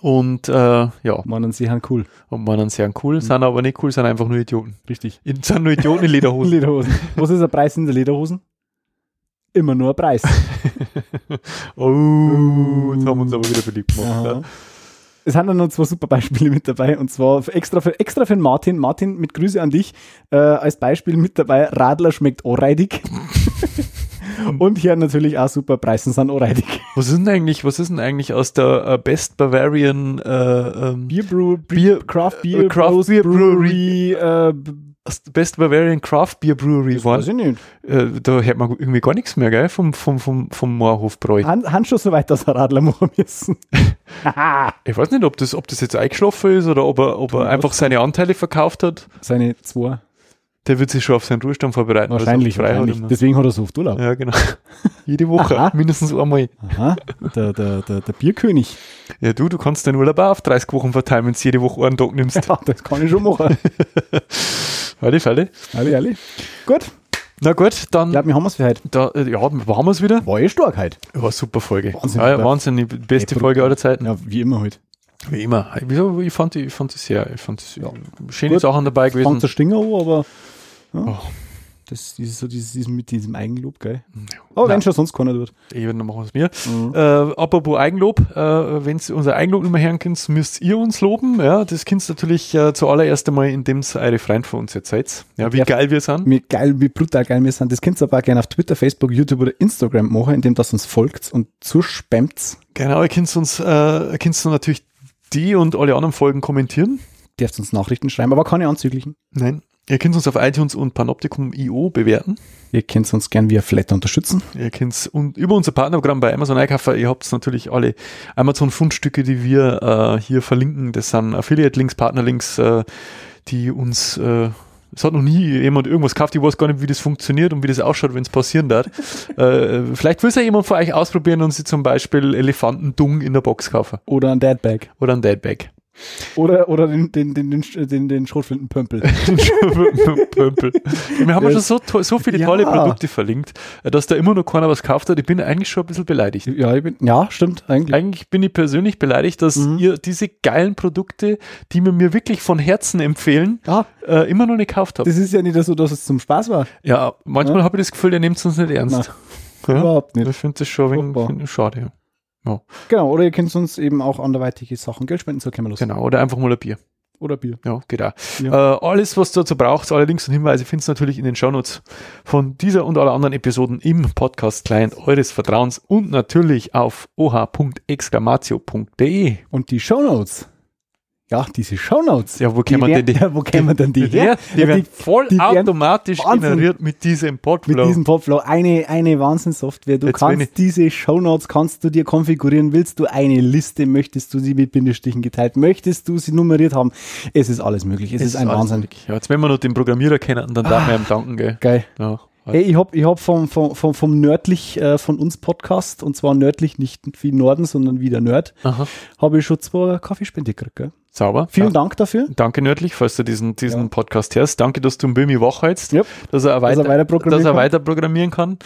Speaker 1: und äh, ja,
Speaker 2: Meinen sie haben cool.
Speaker 1: und meinen sehr cool,
Speaker 2: Mhm.
Speaker 1: sind aber nicht cool, sind einfach nur Idioten.
Speaker 2: Richtig.
Speaker 1: In- Sind nur Idioten in
Speaker 2: [laughs]
Speaker 1: Lederhosen.
Speaker 2: Lederhosen. Was ist der Preis in der Lederhosen? Immer nur ein [laughs] Preis.
Speaker 1: oh, jetzt haben wir uns aber wieder beliebt gemacht.
Speaker 2: Aha.
Speaker 1: Ja.
Speaker 2: Es sind dann noch zwei super Beispiele mit dabei und zwar für- extra für, extra für den Martin. Martin, mit Grüße an dich. Äh, als Beispiel mit dabei: Radler schmeckt [laughs] ohrreidig. und hier natürlich auch super Preisen sind ohrreidig.
Speaker 1: Was ist denn eigentlich, was ist denn eigentlich aus der äh, Best Bavarian äh, ähm,
Speaker 2: Bierbrew,
Speaker 1: Bier-
Speaker 2: Craft
Speaker 1: äh,
Speaker 2: Beer,
Speaker 1: Craft
Speaker 2: Bros
Speaker 1: Beer
Speaker 2: Brewery. Äh,
Speaker 1: aus der Best Bavarian Craft Beer Brewery
Speaker 2: weiß
Speaker 1: geworden?
Speaker 2: ich nicht.
Speaker 1: Äh, da hört man irgendwie gar nichts mehr, gell? Vom, vom, vom, vom Moorhofbräu.
Speaker 2: Han, Han schon so weit, dass er Radler machen müssen. Haha.
Speaker 1: Ich weiß nicht, ob das, ob das jetzt eingeschlafen ist oder ob er, ob er einfach seine Anteile verkauft hat.
Speaker 2: Seine zwei.
Speaker 1: Der wird sich schon auf seinen Ruhestand vorbereiten. weil er
Speaker 2: Wahrscheinlich,
Speaker 1: so frei hat
Speaker 2: wahrscheinlich.
Speaker 1: immer.
Speaker 2: Deswegen hat er so oft Urlaub.
Speaker 1: ja, [laughs] genau. Jede Woche,
Speaker 2: Aha.
Speaker 1: mindestens einmal.
Speaker 2: Aha, der, der, der, der Bierkönig.
Speaker 1: Ja, du, du kannst deinen Urlaub auch auf 30 Wochen verteilen, wenn du jede Woche einen Tag nimmst.
Speaker 2: [laughs] Ja, das kann ich schon machen.
Speaker 1: [laughs] Alle Fälle.
Speaker 2: alle, alle. Gut.
Speaker 1: Na gut, dann,
Speaker 2: Ich
Speaker 1: ja,
Speaker 2: glaube, wir haben es für heute.
Speaker 1: da, äh, ja wir haben es wieder.
Speaker 2: War eh stark heute.
Speaker 1: Ja, super Folge.
Speaker 2: Wahnsinn,
Speaker 1: ja,
Speaker 2: super.
Speaker 1: Wahnsinn, die beste
Speaker 2: Ey,
Speaker 1: Folge aller Zeiten.
Speaker 2: Ja, wie immer heute.
Speaker 1: Wie immer. Wieso? Ich fand die, ich fand die sehr, ich fand die, schöne
Speaker 2: Gut.
Speaker 1: Sachen dabei gewesen.
Speaker 2: Fängt der Stinger an, oh, aber. Ja. Das ist so dieses, dieses mit diesem Eigenlob, geil. Aber wenn schon sonst keiner wird.
Speaker 1: Eben, dann machen wir es mir.
Speaker 2: Mhm.
Speaker 1: Äh, apropos Eigenlob, äh, wenn ihr unser Eigenlob nicht mehr hören könnt, müsst ihr uns loben. Ja, das könnt ihr natürlich äh, zuallererst einmal, indem ihr eure Freunde von uns jetzt seid. Ja, wie
Speaker 2: Ja.
Speaker 1: geil wir sind.
Speaker 2: Wie geil, wie brutal geil wir sind. Das könnt ihr aber auch gerne auf Twitter, Facebook, YouTube oder Instagram machen, indem das uns folgt und zuspammt.
Speaker 1: Genau, ihr könnt uns, äh, ihr könnt nur natürlich die und alle anderen Folgen kommentieren.
Speaker 2: Dürft uns Nachrichten schreiben, aber keine anzüglichen.
Speaker 1: Nein. Ihr könnt uns auf iTunes und Panoptikum.io bewerten.
Speaker 2: Ihr könnt uns gern via Flatter unterstützen.
Speaker 1: Ihr könnt und über unser Partnerprogramm bei Amazon einkaufen. Ihr habt natürlich alle Amazon-Fundstücke, die wir äh, hier verlinken. Das sind Affiliate-Links, Partner-Links, äh, die uns. Äh, es hat noch nie jemand irgendwas gekauft. Ich weiß gar nicht, wie das funktioniert und wie das ausschaut, wenn es passieren darf. äh, vielleicht will es ja jemand von euch ausprobieren und sie zum Beispiel Elefantendung in der Box kaufen
Speaker 2: Oder ein Dadbag.
Speaker 1: oder ein Deadbag.
Speaker 2: Oder, oder den, den, den, den, den, den Schrotflintenpömpel.
Speaker 1: [laughs] Pömpel. Wir haben ja schon so, to- so viele tolle
Speaker 2: Ja.
Speaker 1: Produkte verlinkt, äh, dass da immer noch keiner was gekauft hat. Ich bin eigentlich schon ein bisschen beleidigt.
Speaker 2: ja, ich bin, ja, stimmt, eigentlich.
Speaker 1: Eigentlich bin ich persönlich beleidigt, dass ihr diese geilen Produkte, die mir mir wirklich von Herzen empfehlen,
Speaker 2: Ah.
Speaker 1: äh, immer noch nicht gekauft habt.
Speaker 2: Das ist ja nicht so, dass es zum Spaß war.
Speaker 1: Ja, manchmal habe ich das Gefühl, ihr nehmt es uns nicht ernst. Ja?
Speaker 2: Überhaupt nicht.
Speaker 1: Ich finde das schon ein
Speaker 2: Furchtbar.
Speaker 1: wenig- find ich schade. ja.
Speaker 2: Genau, oder ihr könnt uns eben auch anderweitige Sachen Geld spenden, so können wir los.
Speaker 1: Genau, oder einfach mal ein Bier.
Speaker 2: Oder Bier.
Speaker 1: Ja, geht auch.
Speaker 2: Ja.
Speaker 1: Äh, alles, was du dazu brauchst, alle Links und Hinweise findest du natürlich in den Shownotes von dieser und aller anderen Episoden im Podcast-Client eures Vertrauens und natürlich auf oha.exclamatio.de.
Speaker 2: Und die Shownotes, Ja, diese Shownotes.
Speaker 1: Ja, wo
Speaker 2: Die
Speaker 1: kämen denn
Speaker 2: wär-
Speaker 1: die?
Speaker 2: Ja, [laughs] wo kämen denn die
Speaker 1: Ja,
Speaker 2: her?
Speaker 1: die
Speaker 2: Ja,
Speaker 1: werden
Speaker 2: die-
Speaker 1: voll
Speaker 2: die werden
Speaker 1: automatisch
Speaker 2: Wahnsinn.
Speaker 1: generiert mit diesem
Speaker 2: Mit
Speaker 1: Podflow.
Speaker 2: diesem Popflow. Eine, eine Wahnsinnssoftware. Du
Speaker 1: Jetzt bin ich-
Speaker 2: kannst diese Shownotes, kannst du dir konfigurieren. Willst du eine Liste? Möchtest du sie mit Bindestrichen geteilt? Möchtest du sie nummeriert haben? Es ist alles möglich. Es, ist, ein
Speaker 1: alles
Speaker 2: Wahnsinn.
Speaker 1: möglich. Ja, jetzt wenn wir noch den Programmierer kennen, dann darf man ihm danken, gell?
Speaker 2: Geil.
Speaker 1: Ja.
Speaker 2: Hey, ich hab, ich hab vom, vom, vom, vom nördlich äh, von uns Podcast, und zwar nördlich nicht wie Norden, sondern wie der Nerd,
Speaker 1: Aha.
Speaker 2: habe ich schon zwei Kaffeespende gekriegt. Gell?
Speaker 1: Sauber.
Speaker 2: Vielen
Speaker 1: ja.
Speaker 2: Dank dafür.
Speaker 1: Danke nördlich, falls du diesen, diesen Podcast hörst. Danke, dass du den Bömi wachhältst,
Speaker 2: Yep.
Speaker 1: dass er, weiter,
Speaker 2: weiter programmieren
Speaker 1: dass er
Speaker 2: kann.
Speaker 1: weiter programmieren kann.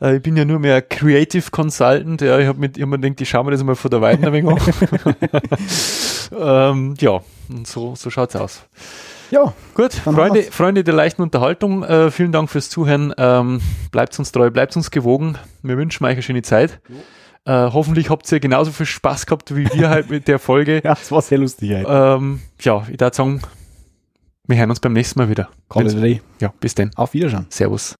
Speaker 1: Äh, ich bin ja nur mehr Creative Consultant. Ja, ich habe mit immer gedacht, ich schaue mir das mal von der Weiten ein wenig
Speaker 2: [laughs]
Speaker 1: an. [laughs] ähm, ja, und so, so schaut's aus.
Speaker 2: Ja,
Speaker 1: Gut,
Speaker 2: Dann
Speaker 1: Freunde,
Speaker 2: haben wir's.
Speaker 1: Freunde der leichten Unterhaltung, äh, vielen Dank fürs Zuhören. Ähm, bleibt uns treu, bleibt uns gewogen. Wir wünschen euch eine schöne Zeit. Äh, hoffentlich habt ihr genauso viel Spaß gehabt wie wir halt mit der
Speaker 2: [laughs]
Speaker 1: Folge.
Speaker 2: ja, es war sehr lustig. Halt.
Speaker 1: Ähm, ja, ich darf sagen, wir hören uns beim nächsten Mal wieder.
Speaker 2: Call it a day.
Speaker 1: Ja, bis dann.
Speaker 2: Auf Wiedersehen.
Speaker 1: Servus.